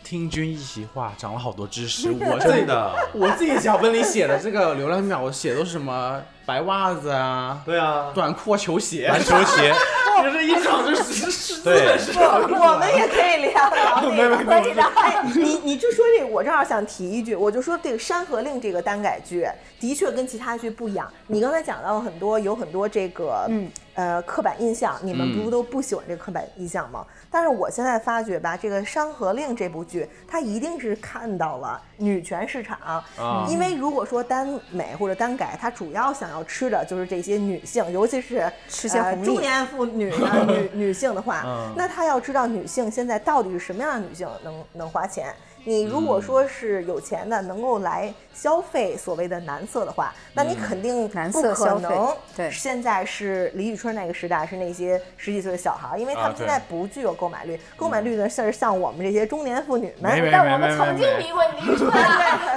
Speaker 8: 听君一席话，长了好多知识。我
Speaker 4: 真的
Speaker 8: 我自己小本里写的这个流量密码，我写的都是什么白袜子啊，对啊，短裤啊、球鞋、
Speaker 9: 篮球鞋
Speaker 8: 就是一场就是是是
Speaker 9: 对
Speaker 8: 资本 市场
Speaker 4: 我我们也可以聊聊这
Speaker 8: 没有没有
Speaker 4: 个。
Speaker 8: 没有
Speaker 4: 我知道哎，你你就说这个，我正好想提一句，我就说这个《山河令》这个单改剧的确跟其他剧不一样。你刚才讲到很多，有很多这个
Speaker 10: 嗯
Speaker 4: 呃刻板印象，你们不
Speaker 10: 嗯
Speaker 4: 都不喜欢这个刻板印象吗？但是我现在发觉吧，这个《山河令》这部剧，它一定是看到了女权市场，
Speaker 10: 啊
Speaker 4: 因为如果说耽美或者耽改，它主要想要吃的就是这些女性，尤其是
Speaker 5: 吃些
Speaker 4: 呃
Speaker 5: 红利
Speaker 4: 中年妇 女啊、女女性的话，
Speaker 10: 嗯
Speaker 4: 那他要知道女性现在到底是什么样的女性能能花钱。你如
Speaker 10: 嗯
Speaker 4: 果说是有钱的，能够来消费所谓的男色的话，那
Speaker 10: 嗯
Speaker 4: 你肯定不可
Speaker 5: 色消费
Speaker 4: 能。
Speaker 5: 对
Speaker 4: 现在是李宇春那个时代，是那些十几岁的小孩儿，因为他
Speaker 10: 啊
Speaker 4: 们现在
Speaker 10: 对嗯
Speaker 4: 不具有购买力，购买力呢是像我们这些中年妇女
Speaker 10: 没
Speaker 4: 们
Speaker 10: 没。但我们没没曾没经没
Speaker 4: 迷过李宇春，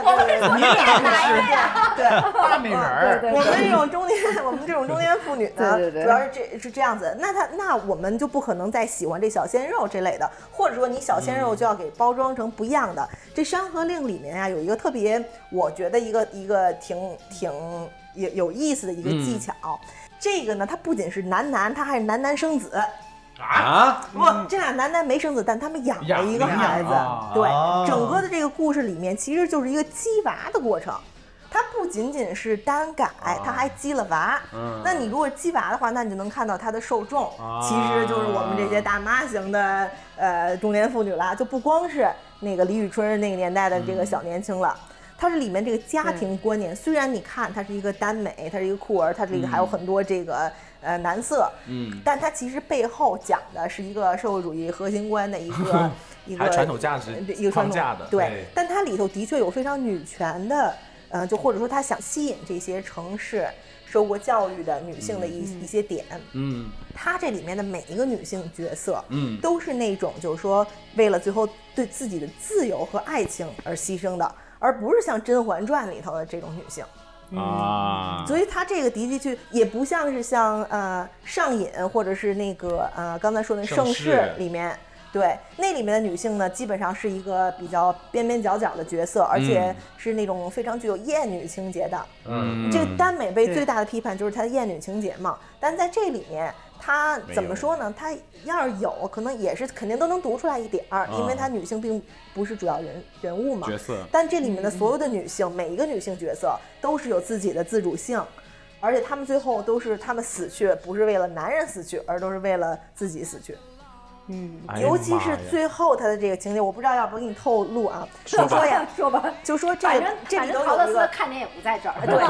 Speaker 4: 我们是
Speaker 10: 从你俩这儿来的
Speaker 4: 呀， 对，
Speaker 10: 大美人
Speaker 2: 啊
Speaker 10: 儿
Speaker 4: 对对对 我们这种中年，我们这种中年妇女呢，
Speaker 10: 对对对
Speaker 4: 主要是这是这样子。那他那我们就不可能再喜欢这小鲜肉这类的，或者说你小鲜肉
Speaker 10: 嗯
Speaker 4: 就要给包装成不一样的。这《山河令》里面啊，有一个特别，我觉得一个一个挺挺有有意思的一个
Speaker 10: 嗯
Speaker 4: 技巧。这个呢，它不仅是男男，它还是男男生子。
Speaker 9: 啊，
Speaker 4: 不，这俩男男没生子，但他们养了
Speaker 10: 养
Speaker 4: 一个
Speaker 10: 了
Speaker 4: 孩子。
Speaker 10: 养了
Speaker 4: 对，
Speaker 10: 哦
Speaker 4: 整个的这个故事里面，其实就是一个鸡娃的过程。它不仅仅是单改，它还鸡了娃。
Speaker 10: 啊嗯
Speaker 4: 那你如果鸡娃的话，那你就能看到它的受众，
Speaker 10: 啊
Speaker 4: 其实就是我们这些大妈型的呃中年妇女啦，就不光是那个李宇春那个年代的
Speaker 10: 嗯
Speaker 4: 这个小年轻了。它是里面这个家庭观念，虽然你看它是一个耽美，它是一个酷儿，它是一个
Speaker 10: 嗯
Speaker 4: 还有很多这个呃男色，
Speaker 10: 嗯
Speaker 4: 但它其实背后讲的是一个社会主义核心观的一 个一
Speaker 10: 还
Speaker 4: 个
Speaker 10: 有传统价值
Speaker 4: 呃一个传
Speaker 10: 框架
Speaker 4: 统
Speaker 10: 的
Speaker 4: 对
Speaker 10: 对，
Speaker 4: 但它里头的确有非常女权的，呃，就或者说它想吸引这些城市受过教育的女性的一、一些点。
Speaker 10: 嗯
Speaker 4: 她这里面的每一个女性角色，
Speaker 10: 嗯
Speaker 4: 都是那种就是说为了最后对自己的自由和爱情而牺牲的，而不是像《甄嬛传》里头的这种女性。
Speaker 10: 啊
Speaker 4: 所以它这个的的确也不像是像呃上瘾或者是那个呃刚才说的
Speaker 10: 盛
Speaker 4: 盛
Speaker 10: 世
Speaker 4: 世里面对，那里面的女性呢，基本上是一个比较边边角角的角色，而且
Speaker 10: 嗯
Speaker 4: 是那种非常具有厌女情节的。
Speaker 10: 嗯
Speaker 4: 这个耽美被
Speaker 10: 对
Speaker 4: 最大的批判就是它的厌女情节嘛，但在这里面。她怎么说呢？她要是有可能也是肯定都能读出来一点儿，因为
Speaker 10: 啊
Speaker 4: 她女性并不是主要人人物嘛。
Speaker 10: 角色
Speaker 4: 但这里面的
Speaker 5: 嗯
Speaker 4: 所有的女性，每一个女性角色都是有自己的自主性，而且她们最后都是她们死去，不是为了男人死去，而都是为了自己死去。
Speaker 5: 嗯
Speaker 10: 哎呀
Speaker 4: 尤其
Speaker 10: 妈
Speaker 4: 是
Speaker 10: 呀
Speaker 4: 最后他的这个情节，我不知道要不要给你透露啊？
Speaker 10: 说吧
Speaker 4: 就呀，
Speaker 5: 说吧，
Speaker 4: 就说这
Speaker 5: 反
Speaker 4: 个
Speaker 5: 正
Speaker 4: 这
Speaker 5: 反
Speaker 4: 里头
Speaker 5: 正陶乐
Speaker 4: 有一
Speaker 5: 斯
Speaker 4: 个
Speaker 5: 的看点也不在这儿，
Speaker 4: 对，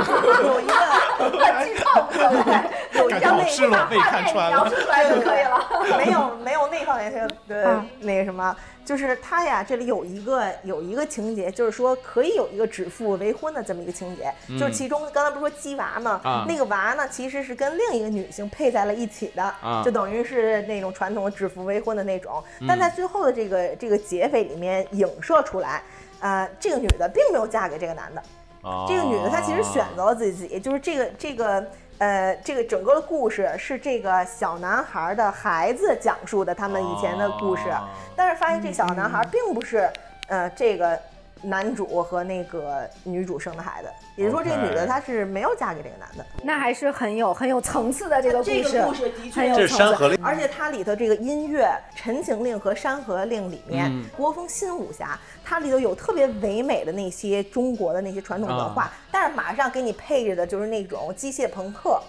Speaker 4: 有一个
Speaker 5: 剧透无所谓，有一
Speaker 4: 感
Speaker 5: 个
Speaker 4: 觉好
Speaker 5: 那
Speaker 4: 赤裸
Speaker 5: 个
Speaker 4: 被
Speaker 5: 画
Speaker 4: 看
Speaker 5: 面
Speaker 4: 穿
Speaker 5: 描
Speaker 4: 了
Speaker 5: 述出来就可以了。
Speaker 4: 没有没有那方面的的
Speaker 5: 嗯
Speaker 4: 那个什么，就是他呀，这里有一个有一个情节，就是说可以有一个指腹为婚的这么一个情节，
Speaker 10: 嗯
Speaker 4: 就是其中刚才不是说鸡娃嘛，
Speaker 10: 啊
Speaker 4: 那个娃呢其实是跟另一个女性配在了一起的，
Speaker 10: 啊
Speaker 4: 就等于是那种传统的指腹为婚的那种，但
Speaker 10: 嗯
Speaker 4: 在最后的这个这个结尾里面影射出来，呃，这个女的并没有嫁给这个男的。这个女的她其实选择了自己，就是这个这个呃这个整个的故事是这个小男孩的孩子讲述的他们以前的故事，
Speaker 2: 哦
Speaker 4: 啊但是发现这小男孩并不是呃这个男主和那个女主生的孩子，也就是说这个女的
Speaker 5: OK
Speaker 4: 她是没有嫁给这个男的。
Speaker 5: 那还是很有很有层次的这个故
Speaker 4: 这
Speaker 5: 事，
Speaker 4: 个故事的确
Speaker 5: 很有
Speaker 4: 有
Speaker 5: 层
Speaker 4: 层
Speaker 5: 次
Speaker 4: 次而且它里头这个音乐《陈情令》和《山河令》里面，
Speaker 5: 嗯
Speaker 4: 国风新武侠》它里头有特别唯美的那些中国的那些传统文化，
Speaker 10: 啊
Speaker 4: 但是马上给你配着的就是那种机械朋克。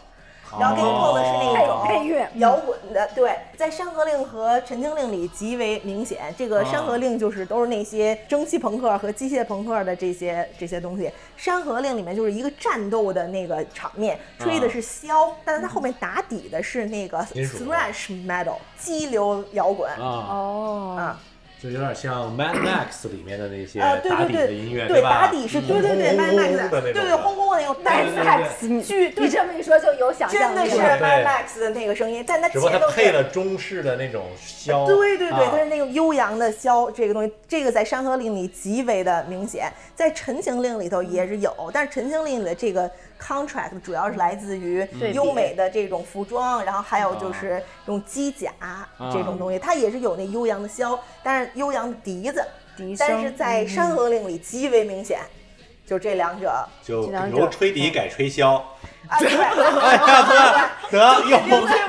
Speaker 4: 然后给你碰的是那种
Speaker 10: 哦配配
Speaker 5: 乐
Speaker 4: 摇滚的，对，在《山河令》和《陈情令》里极为明显。这个《山河令》就是都是那些蒸汽朋克和机械朋克的这些这些东西，《山河令》里面就是一个战斗的那个场面，吹的是箫，但是它后面打底的是那个
Speaker 3: 金属
Speaker 4: thrash metal 激流摇滚。
Speaker 3: 啊
Speaker 5: 哦，
Speaker 4: 啊，
Speaker 3: 就有点像 Mad Max 里面的那些
Speaker 4: 啊，对
Speaker 3: 打
Speaker 4: 对
Speaker 3: 底的音
Speaker 4: 对，
Speaker 3: 乐，
Speaker 4: 对
Speaker 3: 吧？
Speaker 4: 打底是，对对
Speaker 3: 轰
Speaker 4: 对，Mad
Speaker 3: 轰轰
Speaker 4: Max，
Speaker 3: 轰的那
Speaker 4: 对
Speaker 3: 种
Speaker 4: 对，轰轰的那种
Speaker 5: Mad Max 剧，你这么一说就有想象
Speaker 4: 真
Speaker 5: 力
Speaker 4: 的
Speaker 5: 了。
Speaker 4: 是 Mad Max 的那个声音，但它
Speaker 3: 只不过
Speaker 4: 前
Speaker 3: 它
Speaker 4: 头
Speaker 3: 配
Speaker 4: 是。
Speaker 3: 了中式的那种箫，
Speaker 4: 对对对，
Speaker 3: 啊
Speaker 4: 它是那种悠扬的箫这个东西，这个在《山河令》里极为的明显，在《陈情令》里头也是有，但是《陈情令》里的这个 contract 主要是来自于
Speaker 10: 对比
Speaker 4: 优美的这种服装，然后还有就是用机甲这种东西，它也是有那悠扬的箫，但是悠扬的笛子，
Speaker 5: 笛声
Speaker 4: 但是在《山河令》里极为明显，就这两者，
Speaker 3: 就由吹笛改吹箫，
Speaker 4: 啊对，
Speaker 3: 哎呀，得
Speaker 4: 嗯
Speaker 3: 得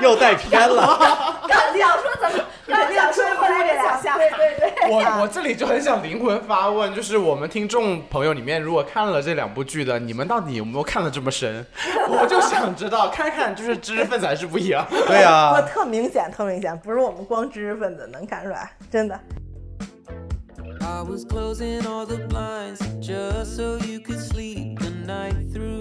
Speaker 3: 又又带偏了。，
Speaker 5: 刚想说怎么，刚想说回来这两项，对对对，
Speaker 2: 我我这里就很想灵魂发问，就是我们听众朋友里面，如果看了这两部剧的，你们到底有没有看的这么深？我就想知道，看看就是知识分子还是不一样。
Speaker 4: 我特明显，特明显，不是我们光知识分子能看出来，真的。
Speaker 11: I was closing all the blinds just so you could sleep the night through.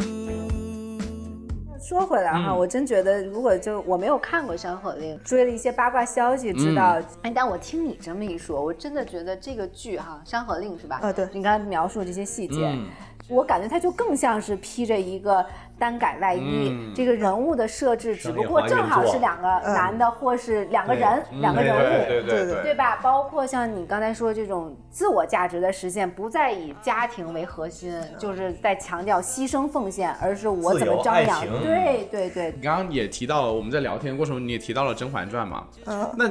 Speaker 5: 说回来哈，
Speaker 11: 嗯
Speaker 5: 我真觉得，如果就我没有看过《山河令》，追了一些八卦消息，知道。
Speaker 7: 嗯
Speaker 5: 哎，但我听你这么一说，我真的觉得这个剧哈，《山河令》是吧？
Speaker 7: 啊
Speaker 5: 对。你刚才描述这些细节，
Speaker 7: 嗯
Speaker 5: 我感觉它就更像是披着一个单改外衣，
Speaker 7: 嗯
Speaker 5: 这个人物的设置，只
Speaker 7: 商业
Speaker 5: 不过正
Speaker 7: 还
Speaker 5: 好
Speaker 7: 原作
Speaker 5: 是两个男的，或是两个
Speaker 7: 对
Speaker 5: 人，
Speaker 7: 嗯
Speaker 5: 两个人物，
Speaker 7: 对对对对对
Speaker 5: 对吧？包括像你刚才说这种自我价值的实现，不再以家庭为核心，就是在强调牺牲奉献，而是我
Speaker 2: 自
Speaker 5: 怎
Speaker 2: 由
Speaker 5: 么张
Speaker 2: 爱
Speaker 5: 扬，
Speaker 2: 情
Speaker 5: 对对对
Speaker 2: 你刚刚也提到了，我们在聊天过程中你也提到了《甄嬛传》嘛？
Speaker 4: 嗯，
Speaker 2: 那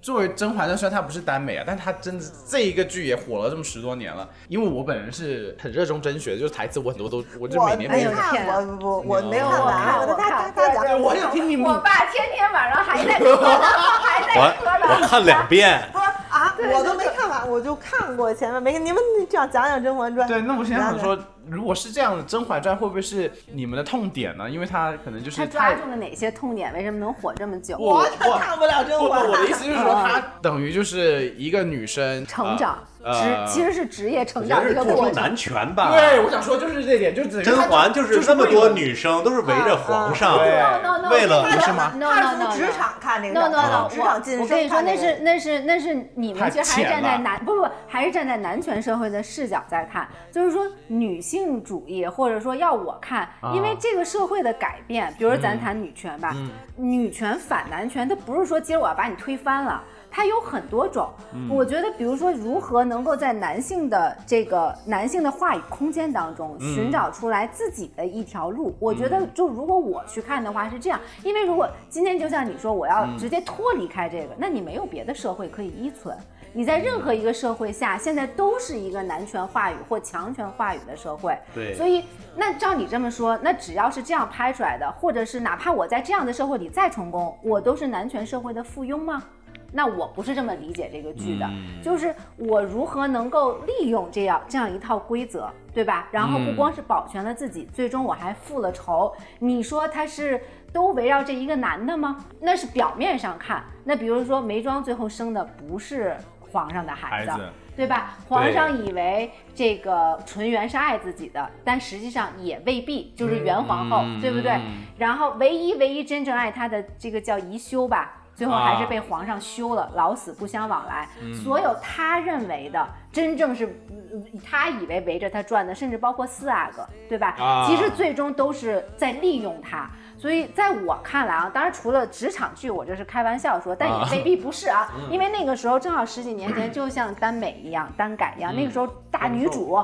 Speaker 2: 作为《甄嬛传》，虽然它不是耽美啊，但它真的这一个剧也火了这么十多年了。因为我本人是很热衷甄学，就是台词我很多都，我就每年
Speaker 4: 没
Speaker 2: 每
Speaker 4: 看，我不不，我没
Speaker 2: 哦
Speaker 4: 看
Speaker 2: 我
Speaker 4: 完。
Speaker 2: 看
Speaker 4: 我
Speaker 2: 我
Speaker 4: 他他
Speaker 5: 看
Speaker 4: 他讲，
Speaker 2: 我想听你
Speaker 5: 我爸天天晚上还 在磕，还在 磕呢。
Speaker 9: 两遍，
Speaker 4: 啊，我都没看完，我就看过前面没。你们这样讲讲《甄嬛传》。
Speaker 2: 对，那我现在想
Speaker 4: 讲
Speaker 2: 说，
Speaker 5: 嗯
Speaker 2: 如果是这样的，《甄嬛传》会不会是你们的痛点呢？因为它可能就是
Speaker 5: 他抓
Speaker 2: 太
Speaker 5: 住了哪些痛点？为什么能火这么久？
Speaker 2: 我我我看
Speaker 4: 不了甄
Speaker 2: 不不，
Speaker 5: 嬛
Speaker 2: 我的意思就是说，
Speaker 5: 嗯
Speaker 2: 她等于就是一个女生
Speaker 5: 成长，
Speaker 2: 呃
Speaker 5: 职其实是职业成长的一个过程。
Speaker 9: 权
Speaker 2: 对，我想说就是这点，就等于
Speaker 9: 甄
Speaker 2: 她
Speaker 9: 嬛就是这么多女生都是围着皇上，为了
Speaker 5: 不是吗
Speaker 4: no no no，职场看这个
Speaker 5: no
Speaker 4: 的
Speaker 5: no no，
Speaker 4: 职场
Speaker 5: 啊我
Speaker 4: 晋
Speaker 5: 我跟
Speaker 4: 升
Speaker 5: 你说，
Speaker 4: 看
Speaker 5: 那
Speaker 4: 这个
Speaker 5: 是那是那是你们其实还站在男不不不，还是站在男权社会的视角在看，就是说女性主义，或者说要我看，
Speaker 7: 啊
Speaker 5: 因为这个社会的改变，比如说咱
Speaker 7: 嗯
Speaker 5: 谈女权吧，
Speaker 7: 嗯
Speaker 5: 女权反男权，它不是说今儿我要把你推翻了。它有很多种，
Speaker 7: 嗯
Speaker 5: 我觉得，比如说，如何能够在男性的这个男性的话语空间当中
Speaker 7: 嗯
Speaker 5: 寻找出来自己的一条路，我觉得就如果我去看的话是这样，因为如果今天就像你说，我要
Speaker 7: 嗯
Speaker 5: 直接脱离开这个，那你没有别的社会可以依存。你在任何一个社会下，现在都是一个男权话语或强权话语的社会，
Speaker 7: 对
Speaker 5: 所以那照你这么说，那只要是这样拍出来的，或者是哪怕我在这样的社会里再成功，我都是男权社会的附庸吗？那我不是这么理解这个剧的，
Speaker 7: 嗯
Speaker 5: 就是我如何能够利用这样这样一套规则，对吧？然后不
Speaker 7: 嗯
Speaker 5: 光是保全了自己，最终我还复了仇。你说他是都围绕这一个男的吗？那是表面上看。那比如说梅庄最后生的不是皇上的孩子，
Speaker 10: 孩子
Speaker 5: 对吧？皇上以为这个纯元是爱自己的，但实际上也未必，就是元皇后，
Speaker 7: 嗯
Speaker 5: 哦对不对？
Speaker 7: 嗯
Speaker 5: 然后唯一唯一真正爱他的这个叫宜修吧，最后还是被皇上休了，老死不相往来。
Speaker 7: 啊嗯
Speaker 5: 所有他认为的，真正是嗯他以为围着他转的，甚至包括四阿哥，对吧？
Speaker 7: 啊
Speaker 5: 其实最终都是在利用他。所以在我看来啊，当然除了职场剧，我这是开玩笑说，但
Speaker 7: 啊
Speaker 5: 也未必不是啊，
Speaker 7: 嗯
Speaker 5: 因为那个时候正好十几年前，就像耽美一样、耽改一样，
Speaker 7: 嗯
Speaker 5: 那个时候大女主，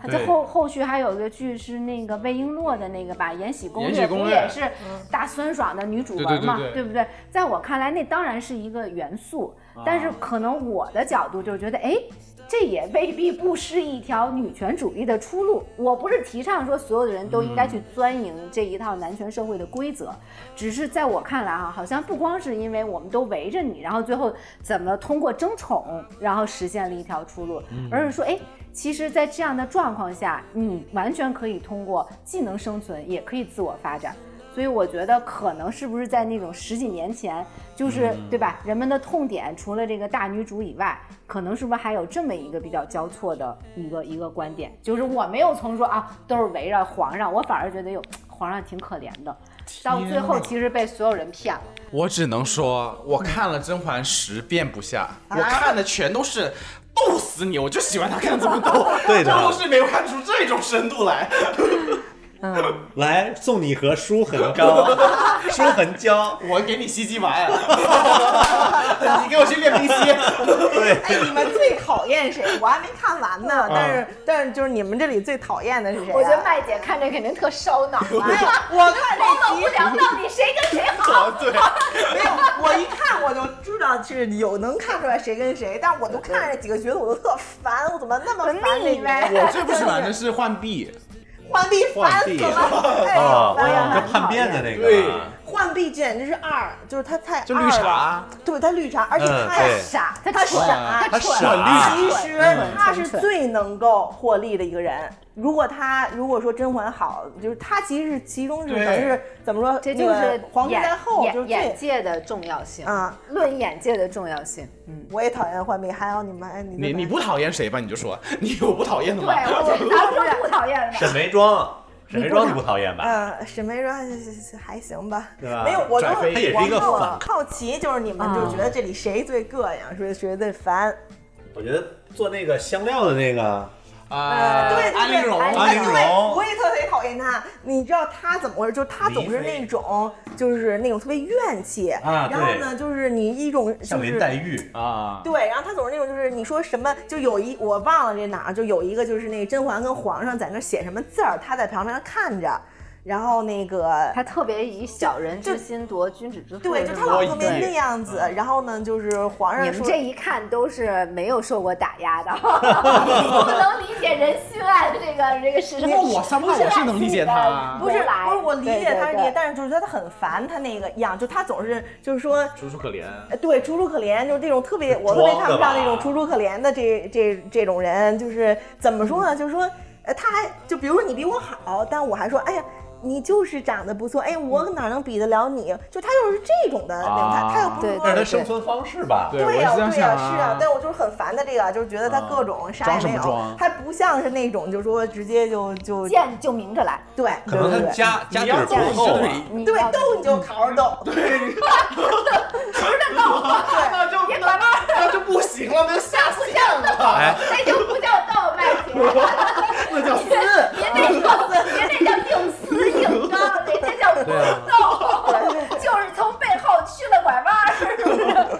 Speaker 5: 她
Speaker 7: 对
Speaker 5: 这后后续还有一个剧是那个魏璎珞的那个吧，《延禧攻
Speaker 7: 延
Speaker 5: 略
Speaker 7: 禧》，攻
Speaker 5: 不
Speaker 7: 略嗯
Speaker 5: 也是大酸爽的女主
Speaker 7: 对
Speaker 5: 文嘛，
Speaker 7: 对对对
Speaker 5: 不对？在我看来，那当然是一个元素，
Speaker 7: 啊
Speaker 5: 但是可能我的角度就是觉得，哎。这也未必不失一条女权主义的出路。我不是提倡说所有的人都
Speaker 7: 嗯
Speaker 5: 应该去钻营这一套男权社会的规则，只是在我看来啊，好像不光是因为我们都围着你，然后最后怎么通过争宠，然后实现了一条出路，
Speaker 7: 嗯
Speaker 5: 而是说，哎，其实，在这样的状况下，你完全可以通过既能生存，也可以自我发展。所以我觉得，可能是不是在那种十几年前，就是、对吧？人们的痛点除了这个大女主以外，可能是不是还有这么一个比较交错的一个一个观点？就是我没有从说啊，都是围着皇上，我反而觉得有皇上挺可怜的，到最后
Speaker 2: 哪
Speaker 5: 其实被所有人骗了。
Speaker 2: 我只能说，我看了《甄嬛》十遍不下，
Speaker 5: 啊
Speaker 2: 我看的全都是斗死你，我就喜欢他看这么斗
Speaker 3: 对的
Speaker 2: 斗是没有看出这种深度来。
Speaker 4: 嗯，
Speaker 3: 来送你和舒痕膏、 舒痕胶，
Speaker 2: 我给你吸鸡丸， 你给我去练冰
Speaker 3: 吸。对，
Speaker 4: 哎，你们最讨厌谁？我还没看完呢，但是但是就是你们这里最讨厌的是谁、啊？
Speaker 5: 我觉得麦姐看这肯定特烧脑啊！
Speaker 4: 我看这
Speaker 5: 头脑
Speaker 4: 集
Speaker 5: 不良到底谁跟谁好？
Speaker 4: 对，没有，我一看我就知道是有能看出来谁跟谁，但我都看着这几个角色，我都特烦，我怎么那么烦这个？
Speaker 2: 我最不喜欢的是浣 碧，
Speaker 4: 浣碧烦死了，哎
Speaker 2: 哦
Speaker 3: 啊
Speaker 4: 呦，烦呀
Speaker 2: 就叛变的那个对
Speaker 4: 浣碧简直是二，就是他太
Speaker 2: 就绿
Speaker 4: 二了
Speaker 2: 茶，
Speaker 4: 对他绿茶，而且
Speaker 2: 嗯
Speaker 4: 他也
Speaker 2: 对
Speaker 4: 傻，
Speaker 5: 他
Speaker 4: 他
Speaker 2: 啊
Speaker 5: 蠢
Speaker 4: 傻，
Speaker 5: 他
Speaker 4: 蠢
Speaker 5: 蠢
Speaker 4: 其
Speaker 5: 蠢
Speaker 4: 实
Speaker 5: 嗯
Speaker 4: 他是
Speaker 5: 蠢蠢
Speaker 4: 最能够获利的一个人。如果他如果说甄嬛好，就是他其实是其中是
Speaker 5: 对
Speaker 4: 等于是怎么说，
Speaker 5: 这就
Speaker 4: 那个
Speaker 5: 是
Speaker 4: 皇帝
Speaker 5: 眼
Speaker 4: 在后，
Speaker 5: 眼
Speaker 4: 就是最
Speaker 5: 眼界的重要性
Speaker 4: 啊，
Speaker 5: 论眼界的重要性。嗯，
Speaker 4: 我也讨厌浣碧，还有你们，哎，你
Speaker 2: 你你不讨厌谁吧？你就说你有不讨厌的
Speaker 5: 对，
Speaker 2: 吗？
Speaker 5: 我咱们都不讨厌
Speaker 3: 沈眉庄，沈眉庄你
Speaker 4: 不
Speaker 3: 不讨厌吧？
Speaker 4: 嗯，沈眉庄还行吧，
Speaker 3: 对吧
Speaker 4: 没有，我都
Speaker 3: 转飞他也是一个
Speaker 4: 我好
Speaker 3: 反
Speaker 4: 好奇，就是你们就觉得这里谁最膈应，谁谁最
Speaker 3: 哦
Speaker 4: 烦？
Speaker 3: 我觉得做那个香料的那个
Speaker 2: 啊
Speaker 4: 对，
Speaker 3: 安陵容，
Speaker 4: 安
Speaker 3: 安陵容，
Speaker 4: 哎我也特别讨厌他。你知道他怎么回事？就是他总是那种，就是那种特别怨气。
Speaker 3: 啊
Speaker 4: 然后呢，就是你一种就是
Speaker 3: 像林黛玉
Speaker 2: 啊，
Speaker 4: 对，然后他总是那种，就是你说什么，就有一我忘了这哪儿，就有一个就是那甄嬛跟皇上在那儿写什么字儿，他在旁边看着，然后那个
Speaker 5: 他特别以小人之心夺君子之腹
Speaker 4: 对，就他老特别那样子，
Speaker 3: 嗯
Speaker 4: 然后呢，就是皇上
Speaker 5: 你们
Speaker 4: 说
Speaker 5: 这一看都是没有受过打压 的，不能理解人性爱的这个这个是什么？
Speaker 4: 不我三胖我是能理解他啊
Speaker 5: 不是来，
Speaker 4: 不是我理解他是理
Speaker 5: 对
Speaker 4: 解，但是就是觉得他很烦他那个样，就他总是就是说，
Speaker 2: 楚楚可怜。
Speaker 4: 呃对，楚楚可怜，就是这种特别，我特别
Speaker 2: 装的
Speaker 4: 看不
Speaker 2: 吧
Speaker 4: 上那种楚楚可怜的这这这种人，就是怎么说呢？就是说，呃，他还就比如说你比我好，但我还说，哎呀。你就是长得不错，哎，我哪能比得了你？就他又是这种的那种，他他又不是说
Speaker 3: 那是他
Speaker 4: 对
Speaker 3: 生存方式吧？
Speaker 4: 对呀、对呀、是啊，但我就是很烦他这个，就是觉得他各种啥
Speaker 3: 装
Speaker 4: 也
Speaker 3: 什么
Speaker 4: 没有，
Speaker 3: 装
Speaker 4: 还不像是那种就说直接就就
Speaker 5: 见就明着来，
Speaker 4: 对，
Speaker 3: 可能
Speaker 4: 对
Speaker 3: 他
Speaker 4: 对对
Speaker 3: 家家底儿不厚啊，
Speaker 4: 对斗
Speaker 5: 嗯
Speaker 4: 你就好好斗，
Speaker 2: 对，
Speaker 4: 直着斗，对，
Speaker 2: 那就
Speaker 4: 别拐弯，
Speaker 2: 那就不不行了，那就下线了。
Speaker 10: 哎
Speaker 5: 那就不叫倒 卖节，
Speaker 2: 那叫撕
Speaker 5: 别那 叫撕，别那叫硬撕硬刚，人家叫
Speaker 2: 对啊
Speaker 5: 互斗，就是从背后去了拐弯儿，是不是？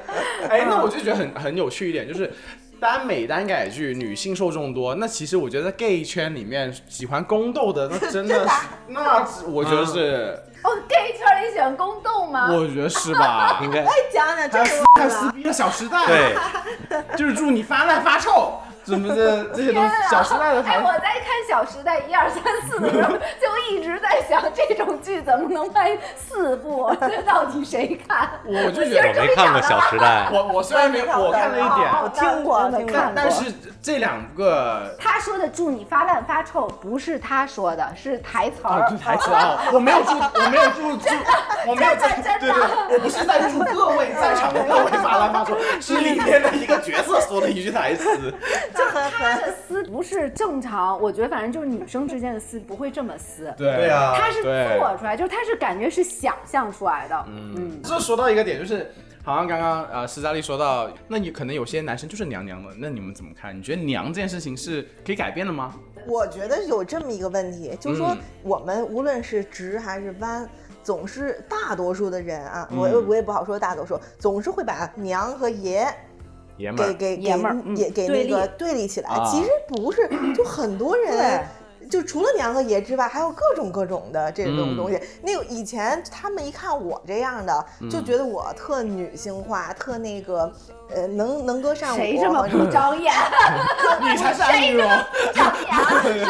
Speaker 2: 哎，那我
Speaker 4: 嗯
Speaker 2: 就觉得很很有趣一点，就是耽美耽改剧女性受众多，那其实我觉得 gay 圈里面喜欢宫斗的，那 真的是，
Speaker 4: 啊
Speaker 2: 那我觉得是，
Speaker 5: 哦，gay 圈里喜欢宫斗吗？
Speaker 4: 嗯
Speaker 2: 我觉得是吧？应该
Speaker 4: 哎，讲讲这个
Speaker 2: 还有撕逼的《小时代》，对， 就是祝你发烂发臭，什么的这些东西，
Speaker 5: 天啊
Speaker 2: 《小时代》的
Speaker 5: 哎，
Speaker 2: 台
Speaker 5: 我在看《小时代》一二三四的时候，就一直在想这种剧怎么能拍四部？这到底谁看？
Speaker 2: 我就觉
Speaker 5: 今儿
Speaker 2: 得
Speaker 5: 终于找到了
Speaker 2: 我我虽然没我看了一点，
Speaker 5: 我听过听 过
Speaker 2: 但但是这两个
Speaker 5: 他说的“祝你发烂发臭”不是他说的，是台词儿。
Speaker 2: 啊，这台词啊，我没有祝，我没有祝祝，我没有在，
Speaker 5: 真的
Speaker 2: 对对，我不是在祝各位在场的各位发烂 发臭，是里面的一个角色说的一句台词。
Speaker 5: 就 他的撕不是正常，我觉得反正就是女生之间的撕不会这么撕。
Speaker 2: 对对啊
Speaker 5: 他是
Speaker 2: 对
Speaker 5: 做出来，就是他是感觉是想象出来的。嗯，
Speaker 2: 这说到一个点，就是好像刚刚呃施佳丽说到，那你可能有些男生就是娘娘的，那你们怎么看？你觉得娘这件事情是可以改变的吗？
Speaker 4: 我觉得有这么一个问题，就是说
Speaker 2: 嗯
Speaker 4: 我们无论是直还是弯。总是大多数的人啊，
Speaker 2: 嗯
Speaker 4: 我我也不好说大多数，总是会把娘和爷
Speaker 2: 爷
Speaker 4: 给给给
Speaker 5: 嗯
Speaker 4: 也给那个对立起来。
Speaker 2: 啊
Speaker 4: 其实不是，就很多人。就除了娘和爷之外，还有各种各种的这种东西。
Speaker 12: 嗯
Speaker 4: 那个以前他们一看我这样的，
Speaker 12: 嗯
Speaker 4: 就觉得我特女性化，特那个，呃，能能歌善舞。
Speaker 5: 谁这么不长 眼
Speaker 2: 你才是安陵容，安陵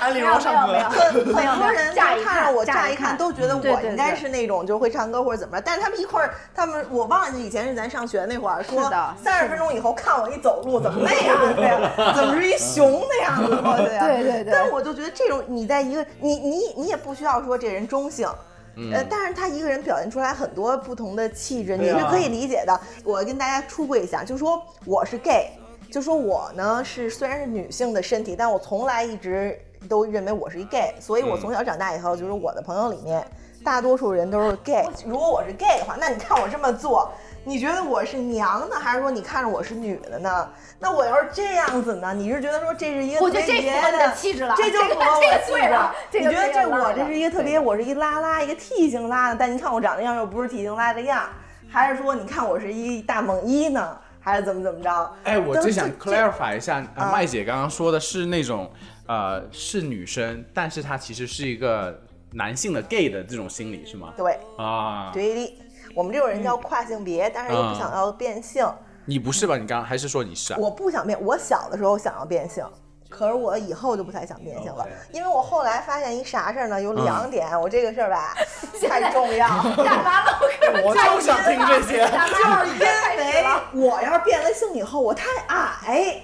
Speaker 2: 安陵容唱歌，
Speaker 4: 很很多人
Speaker 5: 乍
Speaker 4: 就
Speaker 5: 一
Speaker 4: 看着我，
Speaker 5: 看乍
Speaker 4: 乍
Speaker 5: 一
Speaker 4: 一看
Speaker 5: 看
Speaker 4: 都觉得
Speaker 5: 嗯对
Speaker 4: 我
Speaker 5: 对
Speaker 4: 应该
Speaker 5: 对
Speaker 4: 是那种就会唱歌或者怎么着，但是他们一会儿，他们我忘了以前是咱上学那会儿说
Speaker 5: 是的，
Speaker 4: 三十分钟以后看我一走路怎么那样 的呀，怎么是一熊那样子过去呀？
Speaker 5: 对对对
Speaker 4: 啊但我就觉得这种你在一个你你你也不需要说这人中性。
Speaker 12: 嗯
Speaker 4: 呃，但是他一个人表现出来很多不同的气质，你
Speaker 12: 对啊
Speaker 4: 是可以理解的。我跟大家出柜一下，就说我是 gay，就说我呢是虽然是女性的身体，但我从来一直都认为我是一 gay，所以我
Speaker 12: 嗯
Speaker 4: 从小长大以后，就是我的朋友里面大多数人都是 gay。如果我是 gay 的话，那你看我这么做，你觉得我是娘呢，还是说你看着我是女的呢？那我要是这样子呢，你是觉得说这是一个
Speaker 5: 我觉得
Speaker 4: 特别
Speaker 5: 这符合你的气质了
Speaker 4: 这就
Speaker 5: 这个
Speaker 4: 符合我的
Speaker 5: 这个
Speaker 4: 气
Speaker 5: 对
Speaker 4: 质
Speaker 5: 了这
Speaker 4: 你
Speaker 5: 个
Speaker 4: 觉得
Speaker 5: 对
Speaker 4: 这
Speaker 5: 了
Speaker 4: 我这
Speaker 5: 对
Speaker 4: 是一个特别，我是一拉拉，一个 T 型拉的，但你看我长那样又不是 T 型拉的样，还是说你看我是一大猛一呢，还是怎么怎么着？
Speaker 2: 哎，我
Speaker 4: 都
Speaker 2: 真想 clarify 一下，呃
Speaker 4: 啊
Speaker 2: 麦姐刚刚说的是那种，呃，是女生，但是她其实是一个男性的 gay 的这种心理是吗？
Speaker 4: 对
Speaker 2: 啊，，
Speaker 4: 对立。我们这种人叫跨性别，但是又
Speaker 2: 嗯
Speaker 4: 不想要变性。
Speaker 2: 你不是吧？你刚刚还是说你是啊？
Speaker 4: 我不想变，我小的时候想要变性，可是我以后就不太想变性了
Speaker 2: OK
Speaker 4: 因为我后来发现一啥事儿呢？有
Speaker 2: 嗯
Speaker 4: 两点，我这个事儿吧
Speaker 5: 现在
Speaker 4: 太重要。
Speaker 5: 干嘛了？
Speaker 2: 我就想听这些
Speaker 4: 就是因为哎我要是变了性以后，我太矮。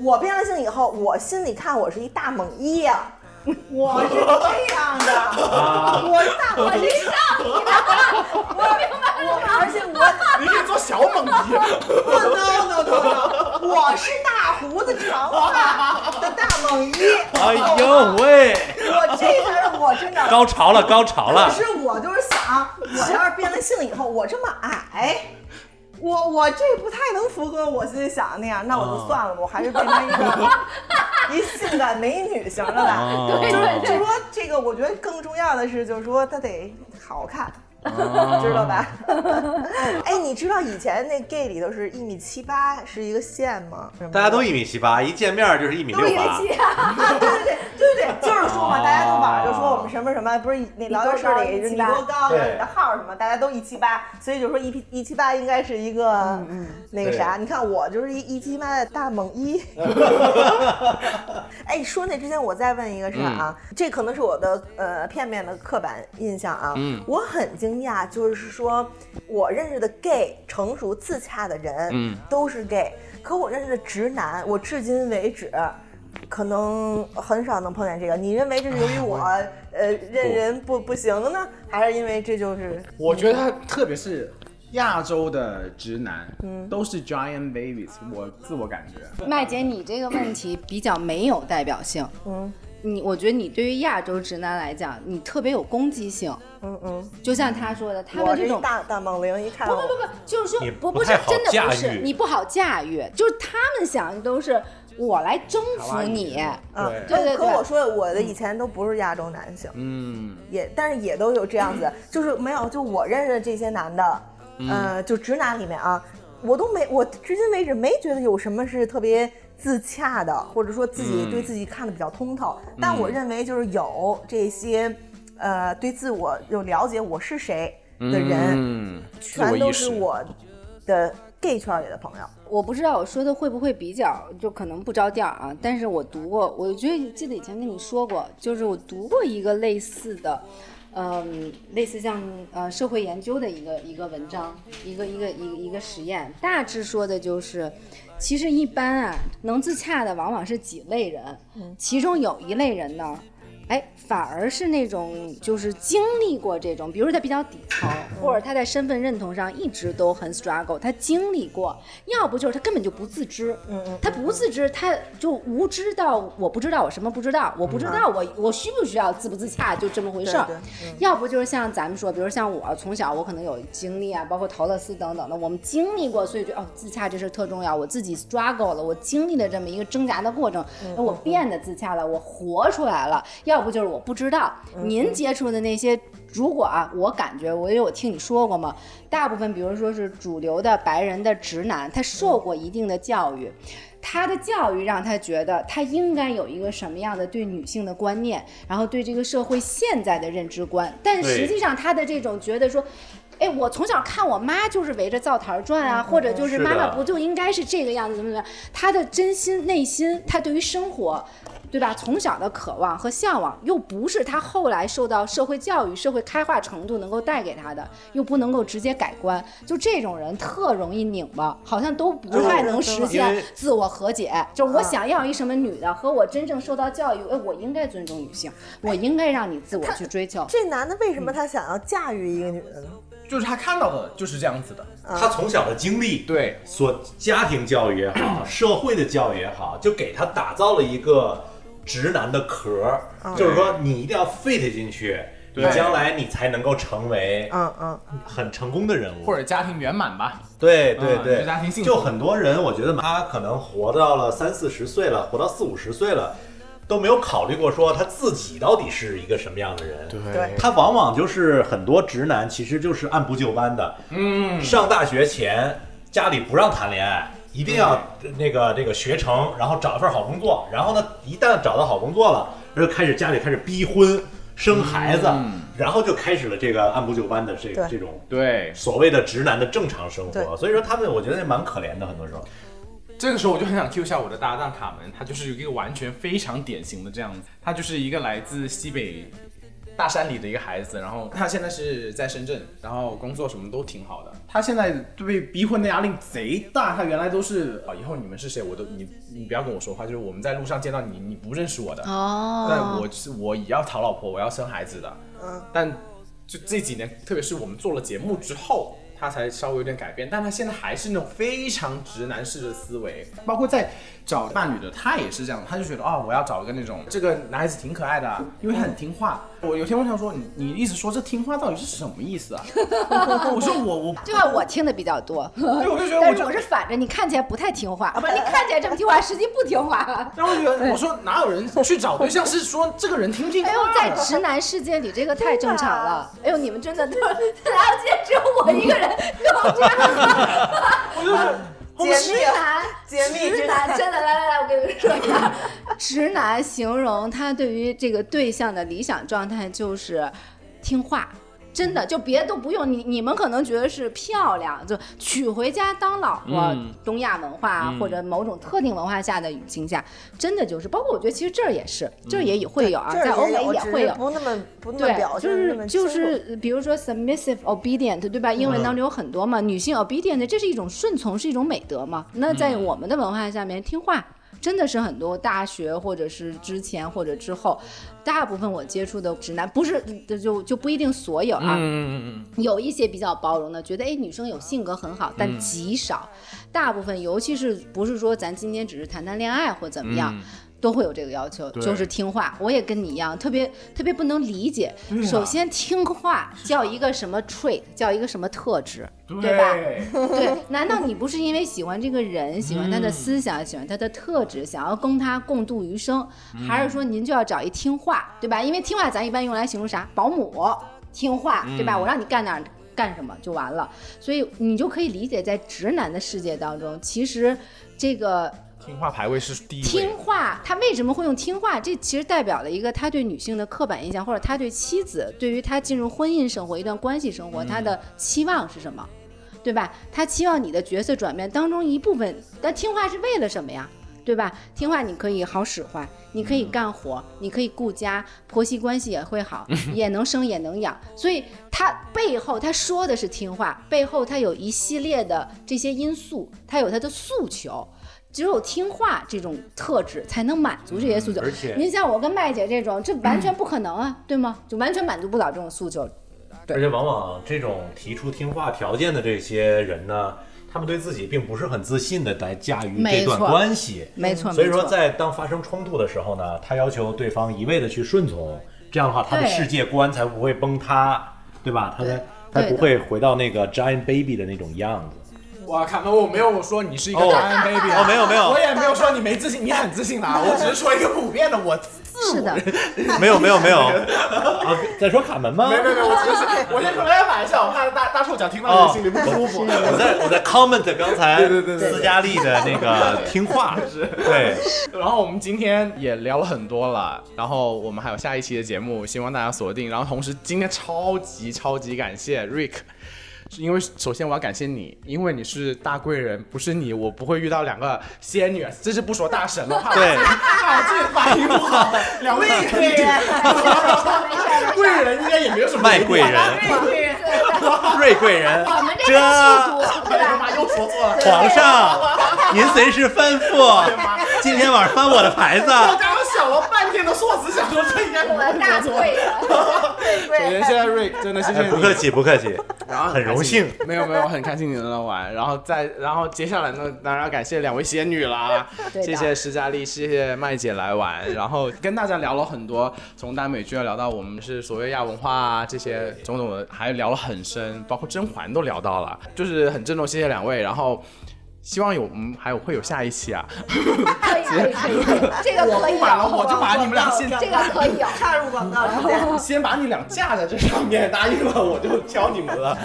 Speaker 4: 我变了性以后，我心里看我是一大猛一呀、我是这样的，我是大猛一，我明白了，我而且我
Speaker 2: 你可以做小猛一。
Speaker 4: no no no no，我是大胡子长发的大猛一。
Speaker 9: 哎呦喂，
Speaker 4: 我这才是我真的
Speaker 9: 高潮了高潮了
Speaker 4: 可是我就是想，我要是变了性以后，我这么矮，我我这不太能符合我心里想的那样，那我就算了吧，我还是变成一个一性感美女型的吧。
Speaker 2: 哦
Speaker 4: 就是
Speaker 2: 对对
Speaker 4: 就是说这个，我觉得更重要的是，就是说她得好看。
Speaker 2: 哦
Speaker 4: 知道吧？ 哎，你知道以前那 gay 里头是一米七八是一个线吗？
Speaker 9: 大家都一米七八，一见面就是一米六八。
Speaker 4: 啊！对对对对对，就是说嘛，
Speaker 9: 哦
Speaker 4: 大家都网上就说我们什么什么，不是那聊天室里就是你多高，
Speaker 9: 对
Speaker 4: 然后你的号儿什么，大家都一七八，所以就说一一七八应该是一个那个啥。
Speaker 12: 对
Speaker 4: 你看我就是一一七八的大猛 一。哎，说那之前我再问一个事儿啊，
Speaker 12: 嗯
Speaker 4: 这可能是我的呃片面的刻板印象啊。
Speaker 12: 嗯
Speaker 4: 我很惊讶，就是说我认识的 gay 成熟自洽的人，
Speaker 12: 嗯
Speaker 4: 都是 gay，可我认识的直男，我至今为止。可能很少能碰见这个，你认为这是由于我呃认人不不行呢，还是因为这就是
Speaker 2: 我觉得他特别是亚洲的直男，
Speaker 4: 嗯
Speaker 2: 都是 giant babies，我自我感觉。
Speaker 7: 麦姐，你这个问题比较没有代表性。
Speaker 4: 嗯，
Speaker 5: 你我觉得你对于亚洲直男来讲，你特别有攻击性。
Speaker 4: 嗯嗯，
Speaker 5: 就像他说的，他
Speaker 4: 我
Speaker 5: 们这
Speaker 4: 是
Speaker 5: 种
Speaker 4: 大大猛灵一看
Speaker 5: 不
Speaker 4: 我，
Speaker 5: 不不不，就是
Speaker 4: 你
Speaker 5: 说不
Speaker 4: 不
Speaker 5: 不是
Speaker 4: 太好
Speaker 5: 真的不
Speaker 4: 驾
Speaker 5: 是
Speaker 4: 驭
Speaker 5: 你不好驾驭，就是他们想的都是我来征服你，
Speaker 4: 啊，
Speaker 5: 对对对。
Speaker 4: 可我说我的以前都不是亚洲男性，
Speaker 2: 嗯，
Speaker 4: 也但是也都有这样子，就是没有，就我认识的这些男的，
Speaker 2: 嗯
Speaker 4: 呃，就直男里面啊，我都没，我至今为止没觉得有什么是特别自洽的，或者说自己
Speaker 5: 嗯
Speaker 4: 对自己看的比较通透。但
Speaker 5: 嗯
Speaker 4: 我认为就是有这些，呃，对自我有了解我是谁的人，
Speaker 2: 嗯，自我
Speaker 4: 全都
Speaker 2: 意
Speaker 4: 是
Speaker 2: 识，
Speaker 4: 我的 gay 圈里的朋友。
Speaker 5: 我不知道我说的会不会比较，就可能不着调啊。但是我读过，我觉得记得以前跟你说过，就是我读过一个类似的，嗯，类似像呃社会研究的一个一个文章，一个一个一个一个实验，大致说的就是，其实一般啊能自洽的往往是几类人，其中有一类人呢，哎，反而是那种就是经历过这种，比如他比较底层，或者他在身份认同上一直都很 struggle，他经历过，要不就是他根本就不自知，
Speaker 4: 嗯嗯，
Speaker 5: 他不自知，他就无知到我不知道我什么不知道，我不知道我我需不需要自不自洽，就这么回事儿
Speaker 4: 嗯对对。嗯
Speaker 5: 要不就是像咱们说，比如像我从小我可能有经历啊，包括陶乐斯等等的，我们经历过，所以觉得哦自洽这事儿特重要。我自己 struggle 了，我经历了这么一个挣扎的过程，那我变得自洽了，我活出来了。要不就是我不知道，您接触的那些，如果啊，我感觉我因为我听你说过嘛，大部分比如说是主流的白人的直男，他受过一定的教育。他的教育让他觉得他应该有一个什么样的对女性的观念，然后对这个社会现在的认知观。但
Speaker 7: 对
Speaker 5: 实际上，他的这种觉得说，哎，我从小看我妈就是围着灶台儿转啊，或者就是
Speaker 7: 是
Speaker 5: 妈妈
Speaker 7: 的
Speaker 5: 不就应该是这个样子，怎么怎么样？他的真心内心，他对于生活。对吧？从小的渴望和向往，又不是他后来受到社会教育、社会开化程度能够带给他的，又不能够直接改观。就这种人特容易拧巴，好像都不太能实
Speaker 7: 哎因
Speaker 5: 现
Speaker 7: 为啊
Speaker 5: 自我和解。就是我想要一什么女的，和我真正受到教育，哎，我应该尊重女性，我应该让你自我去追求。
Speaker 4: 这男的为什么他想要驾驭一个女的呢？
Speaker 2: 就是他看到的就是这样子的，
Speaker 3: 他从小的经历，
Speaker 2: 对，
Speaker 3: 所家庭教育也 好，社会的教育也好，就给他打造了一个直男的壳儿
Speaker 4: 嗯，
Speaker 3: 就是说你一定要 fit 进去，你
Speaker 2: 对
Speaker 3: 将来你才能够成为
Speaker 4: 嗯嗯，
Speaker 3: 很成功的人物，
Speaker 2: 或者家庭圆满吧，
Speaker 3: 对对
Speaker 2: 嗯
Speaker 3: 对，
Speaker 2: 就家庭幸福
Speaker 3: 就很多人，我觉得他可能活到了三四十岁了，活到四五十岁了，都没有考虑过说他自己到底是一个什么样的人。
Speaker 4: 对
Speaker 3: 他往往就是很多直男，其实就是按部就班的。
Speaker 2: 嗯
Speaker 3: 上大学前家里不让谈恋爱，一定要
Speaker 2: 嗯
Speaker 3: 那个这个学成，然后找一份好工作，然后呢，一旦找到好工作了，然后开始家里开始逼婚。生孩子，然后就开始了这个按部就班的这
Speaker 2: 对
Speaker 3: 这种
Speaker 2: 对
Speaker 3: 所谓的直男的正常生
Speaker 2: 对
Speaker 3: 活，所以说他们我觉得也蛮可怜的，很多时候。
Speaker 2: 这个时候我就很想 Q 一下我的搭档卡门，他就是一个完全非常典型的这样子，他就是一个来自西北大山里的一个孩子，然后他现在是在深圳，然后工作什么都挺好的。他现在对逼婚的压力贼大，他原来都是啊，以后你们是谁我都你你不要跟我说话，就是我们在路上见到你，你不认识我的
Speaker 5: 哦
Speaker 2: 但我是我也要讨老婆，我要生孩子的，
Speaker 4: 嗯，
Speaker 2: 但就这几年，特别是我们做了节目之后，他才稍微有点改变，但他现在还是那种非常直男式的思维，包括在找伴侣的他也是这样，他就觉得啊、我要找一个那种这个男孩子挺可爱的，因为他很听话。我有天问他说，你你一直说这听话到底是什么意思啊？ 我说我我
Speaker 5: 这话我听的比较多，
Speaker 2: 对我就觉得
Speaker 5: 但
Speaker 2: 我
Speaker 5: 是
Speaker 2: 就
Speaker 5: 我是反着，你看起来不太听话，啊， 不是你看起来这么听话，实际不听话。
Speaker 2: 然后我觉得我说哪有人去找对象是说这个人听不听话
Speaker 5: 哎
Speaker 2: 的？
Speaker 5: 呦，在直男世界里，这个太正常了。哎呦，你们真的都是， 然后今天只有我 一个人弄这样。
Speaker 4: 我就是
Speaker 5: 直男，
Speaker 4: 解密
Speaker 5: 直
Speaker 4: 直
Speaker 5: 男，
Speaker 4: 男
Speaker 5: 真的，来来来，我跟你们说一 下，直男形容他对于这个对象的理想状态就是听话。真的就别都不用你，你们可能觉得是漂亮，就娶回家当老婆，
Speaker 7: 嗯
Speaker 5: 东亚文化、啊
Speaker 7: 嗯
Speaker 5: 或者某种特定文化下的语境下，真的就是，包括我觉得其实这儿也是，这儿也有会有啊，
Speaker 4: 嗯这儿
Speaker 5: 在欧美
Speaker 4: 有
Speaker 5: 也
Speaker 4: 只
Speaker 5: 会
Speaker 4: 是
Speaker 5: 有，
Speaker 4: 不那么不那么
Speaker 5: 对
Speaker 4: 表，
Speaker 5: 就
Speaker 4: 现，那
Speaker 5: 是
Speaker 4: 么
Speaker 5: 就
Speaker 4: 清楚
Speaker 5: 是，比如说 submissive obedient，对吧？英文
Speaker 2: 嗯
Speaker 5: 当中有很多嘛，女性 obedient，这是一种顺从，是一种美德嘛。那在
Speaker 7: 嗯
Speaker 5: 我们的文化下面，听话真的是很多大学或者是之前或者之后，大部分我接触的直男，不是嗯就就不一定所有啊，
Speaker 2: 嗯嗯
Speaker 5: 有一些比较包容的，觉得哎女生有性格很好，但极少，大部分尤其是不是说咱今天只是谈谈恋爱或怎么样。
Speaker 7: 嗯
Speaker 5: 都会有这个要求，
Speaker 13: 对
Speaker 5: 就是听话。我也跟你一样，特别特别不能理解。
Speaker 13: 对啊
Speaker 5: 首先，听话叫一个什么 trait，叫一个什么特质，对吧？对
Speaker 13: 对，
Speaker 5: 难道你不是因为喜欢这个人，喜欢他的思想，喜欢他的特质，想要跟他共度余生，
Speaker 13: 嗯
Speaker 5: 还是说您就要找一听话，对吧？因为听话咱一般用来形容啥？保姆听话，对吧？
Speaker 13: 嗯
Speaker 5: 我让你干哪儿干什么就完了，所以你就可以理解，在直男的世界当中，其实这个
Speaker 2: 听话排位是第一位
Speaker 5: 听，话，他为什么会用听话？这其实代表了一个他对女性的刻板印象，或者他对妻子，对于他进入婚姻生活、一段关系生活，他的期望是什么，对吧？他期望你的角色转变当中一部分，但听话是为了什么呀？对吧？听话你可以好使唤，你
Speaker 2: 嗯
Speaker 5: 可以干活，你可以顾家，婆媳关系也会好，
Speaker 2: 嗯
Speaker 5: 也能生也能养。所以他背后他说的是听话，背后他有一系列的这些因素，他有他的诉求。只有听话这种特质才能满足这些诉求。
Speaker 13: 嗯而且
Speaker 5: 您像我跟麦姐这种，这完全不可能啊，对吗？就完全满足不了这种诉求。
Speaker 3: 而且往往这种提出听话条件的这些人呢，他们对自己并不是很自信的来驾驭
Speaker 5: 没
Speaker 3: 这
Speaker 5: 错
Speaker 3: 段关系，
Speaker 5: 没错
Speaker 3: 所以
Speaker 5: 没
Speaker 3: 说，
Speaker 5: 错
Speaker 3: 在当发生冲突的时候呢，他要求对方一味的去顺从，这样的话，他的
Speaker 5: 对
Speaker 3: 世界观才不会崩塌，对吧？他才他
Speaker 5: 对
Speaker 3: 不
Speaker 5: 的
Speaker 3: 会回到那个 giant baby 的那种样子。
Speaker 2: 哇，卡门，我没有说你是一个
Speaker 3: 哦
Speaker 2: Diane baby，啊
Speaker 3: 哦没有没有
Speaker 2: 我也没有说你没自信，你很自信啦，我只是说一个普遍的我自自我。
Speaker 3: 没有没有没 有，啊，在说卡门吗？
Speaker 2: 没没没，我只是我先哎开个玩笑，我怕大大臭脚听到人心里不舒服。
Speaker 3: 哦我在我在 comment 刚才
Speaker 2: 对对对对
Speaker 3: 斯嘉丽的那个听话，对，
Speaker 2: 然后我们今天也聊了很多了，然后我们还有下一期的节目，希望大家锁定。然后同时今天超级超级感谢 Rick。是因为首先我要感谢你，因为你是大贵人，不是你我不会遇到两个仙女，这是不说大神了，怕
Speaker 13: 对
Speaker 2: 怕这反应不好，两位
Speaker 13: 贵人
Speaker 2: 贵人应该也没有什么
Speaker 3: 麦贵人 瑞贵 人，这
Speaker 2: 妈又说错了，
Speaker 3: 皇上，您随时吩咐，今天晚上翻我的牌子。
Speaker 2: 我刚刚想了半天的措辞，想说这应该不会说错。首先， 现在 Rick 真的谢谢
Speaker 3: 哎
Speaker 2: 你，
Speaker 3: 不客气，不客气，
Speaker 2: 然后
Speaker 3: 很荣幸。
Speaker 2: 开心，没有没有，很开心你能来玩，然后再然后接下来呢，当然要感谢两位仙女啦，
Speaker 13: 对的
Speaker 2: 谢谢施佳丽，谢谢麦姐来玩，然后跟大家聊了很多，从耽美剧啊聊到我们是所谓亚文化啊这些种种的，还聊了很深，包括甄嬛都聊到了，就是很郑重谢谢两位，然后。希望有，嗯，还有会有下一期啊！
Speaker 13: 可以可以可以这个
Speaker 2: 我
Speaker 13: 可以
Speaker 2: 不管了，
Speaker 13: 有
Speaker 2: 我就把你们俩先
Speaker 13: 这个可以有
Speaker 4: 插入广告时间
Speaker 2: 先把你俩架在这上面，答应了我就教你们 了。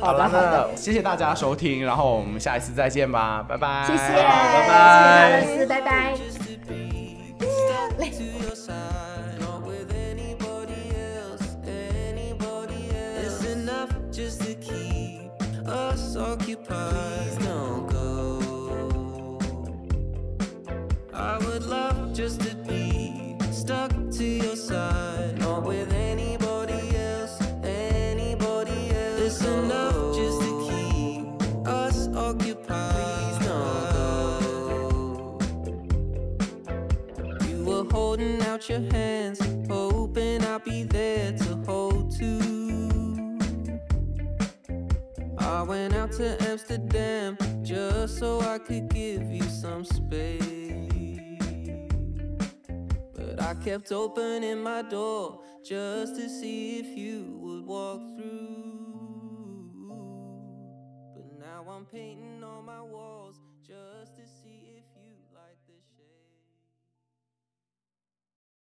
Speaker 2: 好了，那谢谢大家收听，然后我们下一次再见吧，拜拜，
Speaker 13: 谢谢
Speaker 2: 拜拜，
Speaker 13: 谢谢大家拜拜。
Speaker 11: It's enough just to keep us occupied. Please don't go. I would love just to be stuck to your side, not with anybody else, anybody else. It's enough just to keep us occupied. Please don't go. You were holding out your hands, hoping I'd be there to hold too. I went out to Amsterdam just so I could give you some space. But I kept opening my door just to see if you would walk through. But now I'm painting all my walls